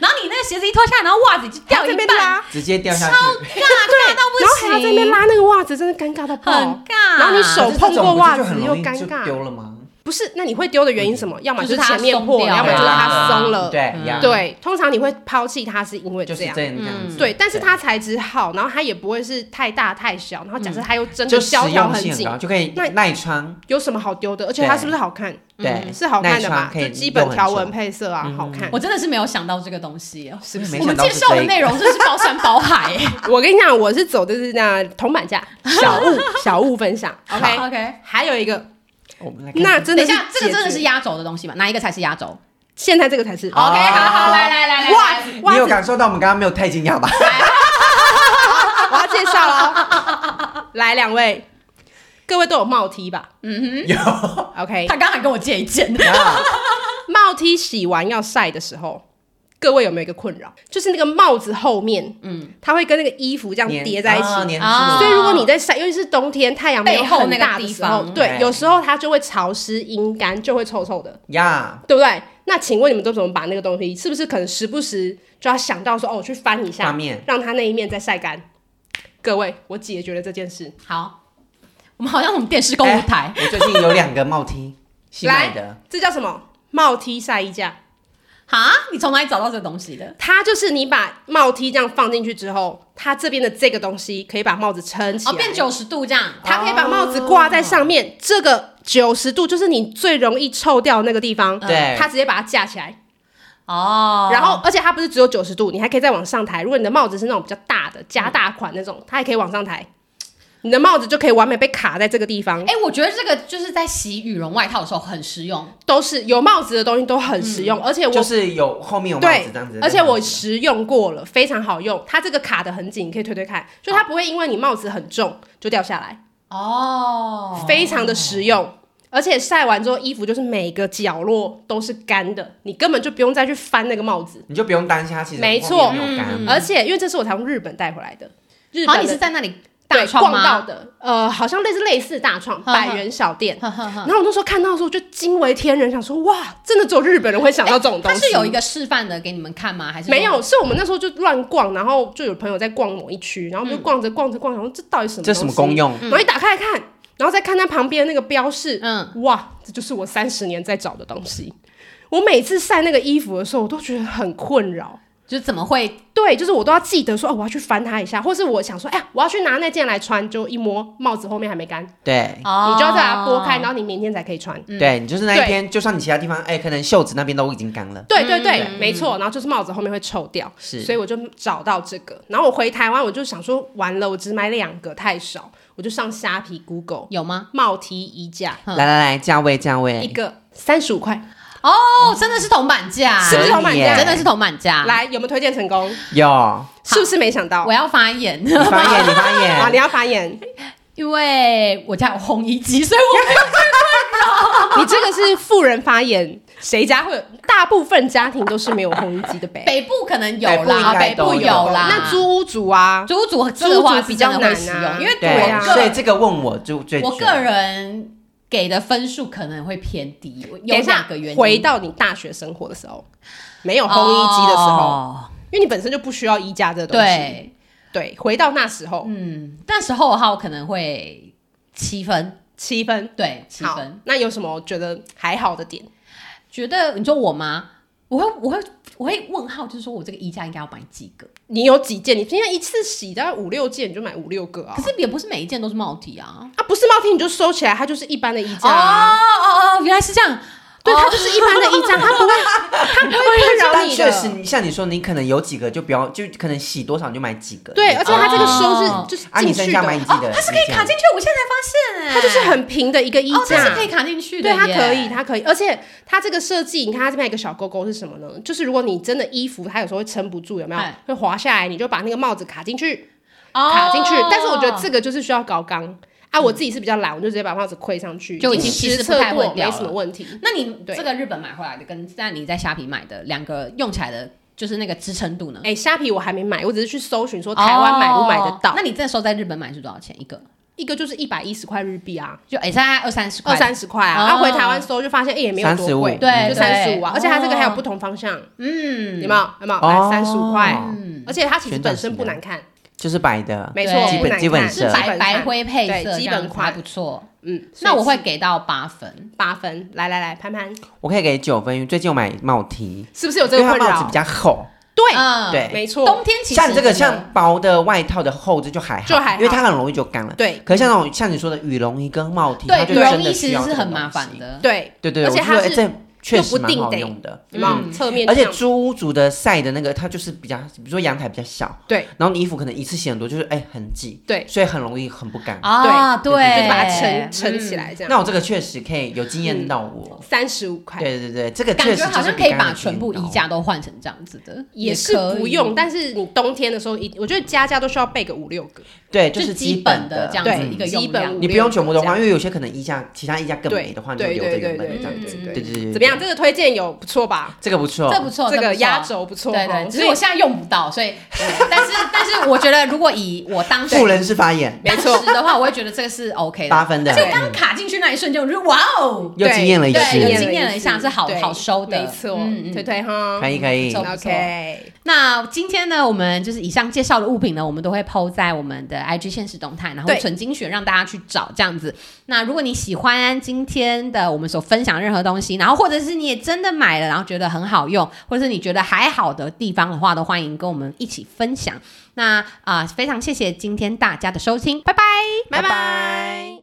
[SPEAKER 1] 然后你那个鞋子一脱下来，然后袜子就掉
[SPEAKER 3] 还在
[SPEAKER 1] 一
[SPEAKER 3] 那边
[SPEAKER 1] 半，
[SPEAKER 3] 拉
[SPEAKER 1] 尬，
[SPEAKER 2] 直接掉下
[SPEAKER 1] 尬
[SPEAKER 2] 去，
[SPEAKER 1] 到
[SPEAKER 3] 然后还
[SPEAKER 1] 不
[SPEAKER 3] 要在那边
[SPEAKER 1] 行，
[SPEAKER 3] 拉那个袜子，真的尴尬到爆。
[SPEAKER 1] 很尬。
[SPEAKER 3] 然后你手
[SPEAKER 2] 可是这
[SPEAKER 3] 碰
[SPEAKER 2] 种
[SPEAKER 3] 过
[SPEAKER 2] 不是
[SPEAKER 3] 袜
[SPEAKER 2] 就
[SPEAKER 3] 子
[SPEAKER 2] 很
[SPEAKER 3] 又
[SPEAKER 2] 容易
[SPEAKER 3] 尴
[SPEAKER 2] 就
[SPEAKER 3] 尬
[SPEAKER 2] 丢了吗？
[SPEAKER 3] 不是，那你会丢的原因是什么？要么
[SPEAKER 1] 就是它
[SPEAKER 3] 前面破
[SPEAKER 1] 松
[SPEAKER 3] 了，
[SPEAKER 1] 掉啊
[SPEAKER 3] 要么就是它松了。
[SPEAKER 2] 啊对
[SPEAKER 1] 嗯
[SPEAKER 2] 呀，
[SPEAKER 3] 对，通常你会抛弃它是因为
[SPEAKER 2] 就
[SPEAKER 3] 这
[SPEAKER 2] 是
[SPEAKER 3] 样。
[SPEAKER 2] 这样
[SPEAKER 1] 嗯
[SPEAKER 2] 子。
[SPEAKER 3] 对，但是它材质好，然后它也不会是太大太小，然后假设它又
[SPEAKER 2] 嗯
[SPEAKER 3] 真
[SPEAKER 2] 就
[SPEAKER 3] 的
[SPEAKER 2] 实
[SPEAKER 3] 胶条
[SPEAKER 2] 用性啊很
[SPEAKER 3] 紧，
[SPEAKER 2] 高，就可以
[SPEAKER 3] 那
[SPEAKER 2] 耐穿，
[SPEAKER 3] 有什么好丢的？而且它是不是好看？
[SPEAKER 2] 对，
[SPEAKER 3] 是好看
[SPEAKER 2] 嗯耐
[SPEAKER 3] 的吧
[SPEAKER 2] 穿？可以
[SPEAKER 3] 就基本条
[SPEAKER 2] 用很
[SPEAKER 3] 纹
[SPEAKER 2] 久嗯
[SPEAKER 3] 配色啊，好看。
[SPEAKER 1] 我真的是没有想到这个东西耶，
[SPEAKER 2] 是不是？没
[SPEAKER 1] 我
[SPEAKER 2] 想
[SPEAKER 1] 们
[SPEAKER 2] 到
[SPEAKER 1] 介
[SPEAKER 2] 是
[SPEAKER 1] 绍
[SPEAKER 2] 这
[SPEAKER 1] 的
[SPEAKER 2] 一
[SPEAKER 1] 内
[SPEAKER 2] 个。
[SPEAKER 1] 容真是包山包海耶。
[SPEAKER 3] 我跟你讲，我是走的是那铜板价小 物 小物分享，OK。
[SPEAKER 1] OK，
[SPEAKER 3] 还有一个，
[SPEAKER 2] 我们来看
[SPEAKER 3] 那
[SPEAKER 2] 看，
[SPEAKER 3] 真
[SPEAKER 1] 等
[SPEAKER 3] 的
[SPEAKER 1] 一
[SPEAKER 3] 是
[SPEAKER 1] 下，这个真的是
[SPEAKER 3] 解决
[SPEAKER 1] 压轴的东西嘛？哪一个才是压轴
[SPEAKER 3] 现在这个才是
[SPEAKER 2] 好
[SPEAKER 1] ？OK，好好，来来来来，
[SPEAKER 3] 袜
[SPEAKER 1] 来
[SPEAKER 3] 子
[SPEAKER 2] 你
[SPEAKER 3] 袜
[SPEAKER 2] 有
[SPEAKER 3] 子，
[SPEAKER 2] 感受到我们刚刚没有太惊讶 吧？
[SPEAKER 3] 我要介绍了 哦。来，两位，各位都有帽 T 吧
[SPEAKER 2] 有，
[SPEAKER 3] ？OK，
[SPEAKER 1] 他刚才跟我借一件，
[SPEAKER 3] 帽 T 洗完要晒的时候，各位有没有一个困扰？就是那个帽子后面，嗯，它会跟那个衣服这样
[SPEAKER 2] 粘
[SPEAKER 3] 叠在一起。
[SPEAKER 2] 啊粘
[SPEAKER 1] 啊
[SPEAKER 2] 住
[SPEAKER 3] 所以如果你在晒，尤其是冬天太阳没有
[SPEAKER 1] 背后
[SPEAKER 3] 很
[SPEAKER 1] 那个
[SPEAKER 3] 大的
[SPEAKER 1] 地
[SPEAKER 3] 时候
[SPEAKER 1] 方，
[SPEAKER 3] 对，
[SPEAKER 2] 对
[SPEAKER 3] 有时候它就会潮湿阴干，就会臭臭的，
[SPEAKER 2] 呀，
[SPEAKER 3] 对不对？那请问你们都怎么把那个东西，是不是可能时不时就要想到说，哦，我去翻一
[SPEAKER 2] 画
[SPEAKER 3] 下，
[SPEAKER 2] 面
[SPEAKER 3] 让它那一面再晒干？各位，我解决了这件事。
[SPEAKER 1] 好，我们好像我们电视购物台，
[SPEAKER 2] 哎我最近有两个帽 T 新买的，
[SPEAKER 3] 这叫什么？帽 T 晒衣架，
[SPEAKER 1] 哈，你从哪里找到这个东西的？
[SPEAKER 3] 它就是你把帽 T 这样放进去之后，它这边的这个东西可以把帽子撑起来，
[SPEAKER 1] 哦，变九十度这样，
[SPEAKER 3] 它可以把帽子挂在上面。这个九十度就是你最容易臭掉那个地方，
[SPEAKER 2] 对
[SPEAKER 3] 它直接把它架起来。
[SPEAKER 1] 哦，
[SPEAKER 3] 然后，而且它不是只有九十度，你还可以再往上抬。如果你的帽子是那种比较大的加大款那种，它还可以往上抬，你的帽子就可以完美被卡在这个地方。
[SPEAKER 1] 哎、我觉得这个就是在洗羽绒外套的时候很实用。
[SPEAKER 3] 都是有帽子的东西都很实用，而且我
[SPEAKER 2] 就是有后面有帽
[SPEAKER 3] 对
[SPEAKER 2] 子这样子，，
[SPEAKER 3] 而且我实用过了，非常好用。它这个卡的很紧，你可以推推看，就它不会因为你帽子很重就掉下来，
[SPEAKER 1] 哦，
[SPEAKER 3] 非常的实用。而且晒完之后，衣服就是每个角落都是干的，你根本就不用再去翻那个帽子。
[SPEAKER 2] 你就不用担心它其实
[SPEAKER 3] 没
[SPEAKER 2] 后
[SPEAKER 3] 错嗯
[SPEAKER 2] 面没有干，
[SPEAKER 3] 而且因为这是我从日本带回来的，日
[SPEAKER 1] 嗯好，
[SPEAKER 3] 本
[SPEAKER 1] 你是
[SPEAKER 3] 的
[SPEAKER 1] 在那里大
[SPEAKER 3] 对
[SPEAKER 1] 创
[SPEAKER 3] 逛到
[SPEAKER 1] 吗？
[SPEAKER 3] 的，呃，好像类似类似大创
[SPEAKER 1] 呵呵
[SPEAKER 3] 百元小店。
[SPEAKER 1] 呵呵呵
[SPEAKER 3] 然后我那时候看到的时候就惊为天人，想说哇，真的只有日本人会想到这种东
[SPEAKER 1] 哎它
[SPEAKER 3] 西。
[SPEAKER 1] 是有一个示范的给你们看吗？还是
[SPEAKER 3] 没？有，是我们那时候就乱逛，然后就有朋友在逛某一区，然后我
[SPEAKER 1] 嗯
[SPEAKER 3] 们就逛着逛着逛着，然后这呃到底什么？
[SPEAKER 2] 这什么功？用？
[SPEAKER 3] 然后一打开来看，然后再看它旁边那个标示，
[SPEAKER 1] 嗯，
[SPEAKER 3] 哇，这就是我三十年在找的东西。我每次晒那个衣服的时候，我都觉得很困扰。
[SPEAKER 1] 就是怎么会？
[SPEAKER 3] 对，就是我都要记得说，哦，我要去翻它一下，或是我想说，哎呀，我要去拿那件来穿，就一摸帽子后面还没干，
[SPEAKER 2] 对。
[SPEAKER 1] 哦，
[SPEAKER 3] 你就要再把它拨开，然后你明天才可以穿。
[SPEAKER 2] 对你就是那一
[SPEAKER 3] 嗯对
[SPEAKER 2] 天，就算你其他地方，哎，可能袖子那边都已经干了，
[SPEAKER 3] 对对对，
[SPEAKER 1] 嗯
[SPEAKER 3] 没错。然后就是帽子后面会臭掉，
[SPEAKER 2] 是
[SPEAKER 3] 所以我就找到这个。然后我回台湾，我就想说，完了，我只买两个太少，我就上虾皮 Google
[SPEAKER 1] 有吗？
[SPEAKER 3] 帽 T 衣架，
[SPEAKER 1] 嗯
[SPEAKER 2] 来来来，价位价
[SPEAKER 3] 一
[SPEAKER 2] 位，
[SPEAKER 3] 个三十五块，
[SPEAKER 1] 哦，真的是铜板价，
[SPEAKER 3] 是不
[SPEAKER 2] 可
[SPEAKER 3] 是
[SPEAKER 2] 以
[SPEAKER 3] 同版价
[SPEAKER 2] 耶
[SPEAKER 1] 啊真的是啊铜板价。，
[SPEAKER 3] 来有没有推荐成功？
[SPEAKER 2] 有，
[SPEAKER 3] 是不是没想到
[SPEAKER 1] 我？要发言，
[SPEAKER 2] 你发言你发
[SPEAKER 3] 啊，
[SPEAKER 2] 言
[SPEAKER 3] 你，要发言，
[SPEAKER 1] 因为我家有烘衣机，所以我没有
[SPEAKER 3] 你这个是富人发言，谁家会有？大部分家庭都是没有烘衣机 的呗。
[SPEAKER 1] 北部可能有
[SPEAKER 2] 北部应
[SPEAKER 1] 啦，
[SPEAKER 2] 该
[SPEAKER 1] 北部
[SPEAKER 2] 都有
[SPEAKER 1] 有啦。
[SPEAKER 3] 那租屋主啊，
[SPEAKER 1] 租组这个话
[SPEAKER 3] 租屋族比较
[SPEAKER 1] 是真的会使
[SPEAKER 3] 难啊
[SPEAKER 1] 用，因为
[SPEAKER 2] 对
[SPEAKER 1] 我
[SPEAKER 3] 啊
[SPEAKER 1] 个
[SPEAKER 2] 所以这个问我就最
[SPEAKER 1] 我
[SPEAKER 2] 绝
[SPEAKER 1] 个人给的分数可能会偏低，有
[SPEAKER 3] 等一下
[SPEAKER 1] 两个原因。
[SPEAKER 3] 回到你大学生活的时候，没有烘衣机的时候，
[SPEAKER 1] 哦
[SPEAKER 3] 因为你本身就不需要衣架这个东西。
[SPEAKER 1] 对，
[SPEAKER 3] 对，回到那时候，
[SPEAKER 1] 嗯，那时候的话我可能会七分，
[SPEAKER 3] 七分，
[SPEAKER 1] 对，七
[SPEAKER 3] 好
[SPEAKER 1] 分。。
[SPEAKER 3] 那有什么觉得还好的点？
[SPEAKER 1] 觉得你说我吗？我会，我会，我会问号，就是说我这个衣架应该要买几个？
[SPEAKER 3] 你有几件？你今天一次洗大概五六件，你就买五六个啊
[SPEAKER 1] 可。是也不是每一件都是帽体啊。
[SPEAKER 3] 啊，不是帽 T 你就收起来，它就是一般的衣
[SPEAKER 1] 哦
[SPEAKER 3] 架啊、
[SPEAKER 1] 哦哦，原来是这样。
[SPEAKER 3] 对，它就是一般的衣架，它不会，哦 它不会困扰
[SPEAKER 2] 但
[SPEAKER 3] 你
[SPEAKER 2] 确实，
[SPEAKER 3] 的。
[SPEAKER 2] 你像你说，你可能有几个就不要，就可能洗多少你就买几个。
[SPEAKER 3] 对，而且它这个收是、
[SPEAKER 1] 哦
[SPEAKER 3] 就是
[SPEAKER 2] 啊，你
[SPEAKER 3] 进
[SPEAKER 2] 剩
[SPEAKER 3] 去
[SPEAKER 2] 下买你
[SPEAKER 3] 的，
[SPEAKER 2] 自
[SPEAKER 3] 哦
[SPEAKER 2] 己的，
[SPEAKER 1] 它是可以卡进去，我现在才发现哎、
[SPEAKER 3] 它就是很平的一个衣
[SPEAKER 1] 哦，它
[SPEAKER 3] 架。
[SPEAKER 1] 是可以卡进去的耶，
[SPEAKER 3] 对，它可以，它可以，而且它这个设计，你看它这边有一个小勾勾是什么呢？就是如果你真的衣服它有时候会撑不住，有没有
[SPEAKER 1] 哎
[SPEAKER 3] 会滑下来，你就把那个帽子卡进去，卡进去。
[SPEAKER 1] 哦
[SPEAKER 3] 但是我觉得这个就是需要搞缸啊，我自己是比较懒，我就直接把帽子跪上去，
[SPEAKER 1] 就已经其
[SPEAKER 3] 实
[SPEAKER 1] 实
[SPEAKER 3] 测
[SPEAKER 1] 不太会
[SPEAKER 3] 过，
[SPEAKER 1] 掉
[SPEAKER 3] 没什么问题。
[SPEAKER 1] 那你
[SPEAKER 3] 对
[SPEAKER 1] 这个日本买回来的跟在你在虾皮买的两个用起来的，就是那个支撑度呢？
[SPEAKER 3] 哎、虾皮我还没买，我只是去搜寻说台湾买不买得
[SPEAKER 1] 哦
[SPEAKER 3] 到。
[SPEAKER 1] 那你这时候在日本买是多少钱一个？
[SPEAKER 3] 一个就是一百一十块日币啊，
[SPEAKER 1] 就哎，大概二三十块，
[SPEAKER 3] 二三十块啊，
[SPEAKER 1] 哦
[SPEAKER 3] 然后回台湾搜就发现，哎、也没有多
[SPEAKER 2] 35
[SPEAKER 3] 贵，
[SPEAKER 1] 对
[SPEAKER 3] 就三十五
[SPEAKER 1] 对
[SPEAKER 3] 啊，而且它这个还有
[SPEAKER 1] 哦
[SPEAKER 3] 不同方向，
[SPEAKER 1] 嗯，
[SPEAKER 3] 有没有？有没有？
[SPEAKER 2] 哦
[SPEAKER 3] 来三十五块，而且它其实
[SPEAKER 2] 旋转
[SPEAKER 3] 本身
[SPEAKER 2] 式
[SPEAKER 3] 不
[SPEAKER 2] 的
[SPEAKER 3] 难看，
[SPEAKER 2] 就是白的，
[SPEAKER 3] 没
[SPEAKER 1] 对
[SPEAKER 3] 错，
[SPEAKER 1] 基
[SPEAKER 3] 不
[SPEAKER 2] 本
[SPEAKER 3] 难
[SPEAKER 2] 基本
[SPEAKER 3] 看
[SPEAKER 1] 是
[SPEAKER 2] 色
[SPEAKER 1] 白白
[SPEAKER 3] 看，
[SPEAKER 1] 灰配
[SPEAKER 3] 对
[SPEAKER 1] 色，
[SPEAKER 3] 基
[SPEAKER 1] 这样
[SPEAKER 3] 本
[SPEAKER 1] 子
[SPEAKER 3] 款
[SPEAKER 1] 还不错。
[SPEAKER 3] 嗯，
[SPEAKER 1] 那我
[SPEAKER 3] 所
[SPEAKER 1] 会
[SPEAKER 3] 以是
[SPEAKER 1] 给到八分，
[SPEAKER 3] 八分，来来来，潘潘
[SPEAKER 2] 我可以给九分，因为最近我买帽 T，
[SPEAKER 3] 是不是有这
[SPEAKER 2] 因为
[SPEAKER 3] 个
[SPEAKER 2] 它
[SPEAKER 3] 困
[SPEAKER 2] 帽子
[SPEAKER 3] 扰
[SPEAKER 2] 比？较厚，
[SPEAKER 3] 对，
[SPEAKER 1] 嗯，
[SPEAKER 2] 对
[SPEAKER 3] 没错，
[SPEAKER 1] 冬天其实
[SPEAKER 2] 像你这个
[SPEAKER 1] 真的
[SPEAKER 2] 像薄的外套的厚，这就还好，
[SPEAKER 3] 就还好
[SPEAKER 2] 因为它很容易就干了。
[SPEAKER 3] 对
[SPEAKER 2] 可是像那种像你说的羽绒衣跟帽 T，它
[SPEAKER 1] 对
[SPEAKER 2] 就
[SPEAKER 1] 羽绒
[SPEAKER 2] 真
[SPEAKER 1] 衣
[SPEAKER 2] 的
[SPEAKER 1] 其
[SPEAKER 2] 需
[SPEAKER 1] 实
[SPEAKER 2] 要
[SPEAKER 1] 是
[SPEAKER 2] 这个
[SPEAKER 1] 很麻
[SPEAKER 2] 东西
[SPEAKER 1] 烦。的，
[SPEAKER 3] 对，
[SPEAKER 2] 对对，
[SPEAKER 3] 而
[SPEAKER 2] 对
[SPEAKER 3] 且
[SPEAKER 2] 我觉
[SPEAKER 3] 它
[SPEAKER 2] 得哎
[SPEAKER 3] 是
[SPEAKER 2] 这确实
[SPEAKER 3] 又不
[SPEAKER 2] 蛮
[SPEAKER 3] 定
[SPEAKER 2] 好
[SPEAKER 3] 得
[SPEAKER 2] 用的。
[SPEAKER 3] 有没有
[SPEAKER 1] 嗯
[SPEAKER 3] 侧面
[SPEAKER 2] 而且
[SPEAKER 3] 这样
[SPEAKER 2] 租屋主的晒的那个，它就是比较，比如说阳台比较小，
[SPEAKER 3] 对，
[SPEAKER 2] 然后你衣服可能一次洗很多，就是哎很挤，
[SPEAKER 3] 对
[SPEAKER 2] 所以很容易很不干。
[SPEAKER 1] 啊，对，
[SPEAKER 2] 对对对
[SPEAKER 3] 就
[SPEAKER 2] 哎
[SPEAKER 3] 是把它撑撑
[SPEAKER 1] 嗯。
[SPEAKER 3] 起来这样，
[SPEAKER 2] 那我这个确实可以有经验到我，
[SPEAKER 3] 三十五块。
[SPEAKER 2] 对对对，这个
[SPEAKER 1] 嗯感
[SPEAKER 2] 确
[SPEAKER 1] 觉
[SPEAKER 2] 实
[SPEAKER 1] 好
[SPEAKER 2] 就是
[SPEAKER 1] 像
[SPEAKER 2] 比
[SPEAKER 1] 可以
[SPEAKER 2] 刚刚
[SPEAKER 1] 把
[SPEAKER 2] 有经
[SPEAKER 1] 全
[SPEAKER 2] 验
[SPEAKER 1] 部
[SPEAKER 2] 到
[SPEAKER 1] 衣架都换成这样子的，
[SPEAKER 3] 也是
[SPEAKER 1] 可
[SPEAKER 3] 不
[SPEAKER 1] 以
[SPEAKER 3] 用，但是你冬天的时候，一我觉得家家都需要备个五六个，
[SPEAKER 2] 对，
[SPEAKER 1] 就
[SPEAKER 2] 就是
[SPEAKER 1] 基
[SPEAKER 2] 本嗯
[SPEAKER 1] 本的这样
[SPEAKER 3] 对
[SPEAKER 1] 子一个
[SPEAKER 3] 基
[SPEAKER 1] 用
[SPEAKER 3] 本
[SPEAKER 1] 量
[SPEAKER 3] 五。
[SPEAKER 2] 你不
[SPEAKER 3] 六
[SPEAKER 2] 用全
[SPEAKER 3] 个
[SPEAKER 2] 部都
[SPEAKER 3] 这
[SPEAKER 2] 换，
[SPEAKER 3] 样
[SPEAKER 2] 因为有些可能衣架其他衣架更
[SPEAKER 3] 对
[SPEAKER 2] 美的话，你就
[SPEAKER 3] 对
[SPEAKER 2] 留着
[SPEAKER 3] 对
[SPEAKER 2] 原
[SPEAKER 3] 对
[SPEAKER 2] 本的
[SPEAKER 3] 对
[SPEAKER 2] 这样子。
[SPEAKER 1] 嗯
[SPEAKER 3] 对
[SPEAKER 2] 对对
[SPEAKER 3] 对，
[SPEAKER 2] 对，
[SPEAKER 3] 怎么样？这个推荐有不错吧？
[SPEAKER 2] 这个不错
[SPEAKER 1] 这，不错，
[SPEAKER 3] 这
[SPEAKER 1] 哦不
[SPEAKER 3] 个
[SPEAKER 1] 错
[SPEAKER 3] 压轴不错
[SPEAKER 1] 对
[SPEAKER 3] 哦，
[SPEAKER 1] 对，只
[SPEAKER 3] 所
[SPEAKER 1] 是
[SPEAKER 3] 以
[SPEAKER 1] 我现在用不到， 所以，但是但是我觉得如果以我当时
[SPEAKER 2] 富人是发言，
[SPEAKER 3] 没错
[SPEAKER 1] 当时的话，我会觉得这个是 OK
[SPEAKER 2] 八
[SPEAKER 1] 的。
[SPEAKER 2] 分的嗯
[SPEAKER 1] 而，且我刚卡进去那一瞬间，我就哇哦，
[SPEAKER 2] 又
[SPEAKER 3] 对
[SPEAKER 2] 惊艳了一
[SPEAKER 1] 对
[SPEAKER 2] 次，
[SPEAKER 1] 有
[SPEAKER 3] 经
[SPEAKER 1] 经验
[SPEAKER 3] 验
[SPEAKER 1] 了
[SPEAKER 3] 了
[SPEAKER 1] 一
[SPEAKER 3] 一
[SPEAKER 1] 下
[SPEAKER 3] 次
[SPEAKER 1] 是好
[SPEAKER 3] 对
[SPEAKER 1] 好收的，
[SPEAKER 3] 没错
[SPEAKER 1] 嗯，嗯
[SPEAKER 3] 推推哈
[SPEAKER 2] 可以可以
[SPEAKER 1] 不，错不错
[SPEAKER 3] ，OK，
[SPEAKER 1] 那今天呢，我们就是以上介绍的物品呢，我们都会 PO 在我们的 IG 现实动态，然后
[SPEAKER 3] 对
[SPEAKER 1] 纯精选让大家去找这样子。那如果你喜欢今天的我们所分享的任何东西，然后或者是你也真的买了，然后觉得很好用，或者是你觉得还好的地方的话，都欢迎跟我们一起呃分享。那啊、非常谢谢今天大家的收听，拜拜。
[SPEAKER 3] 拜拜。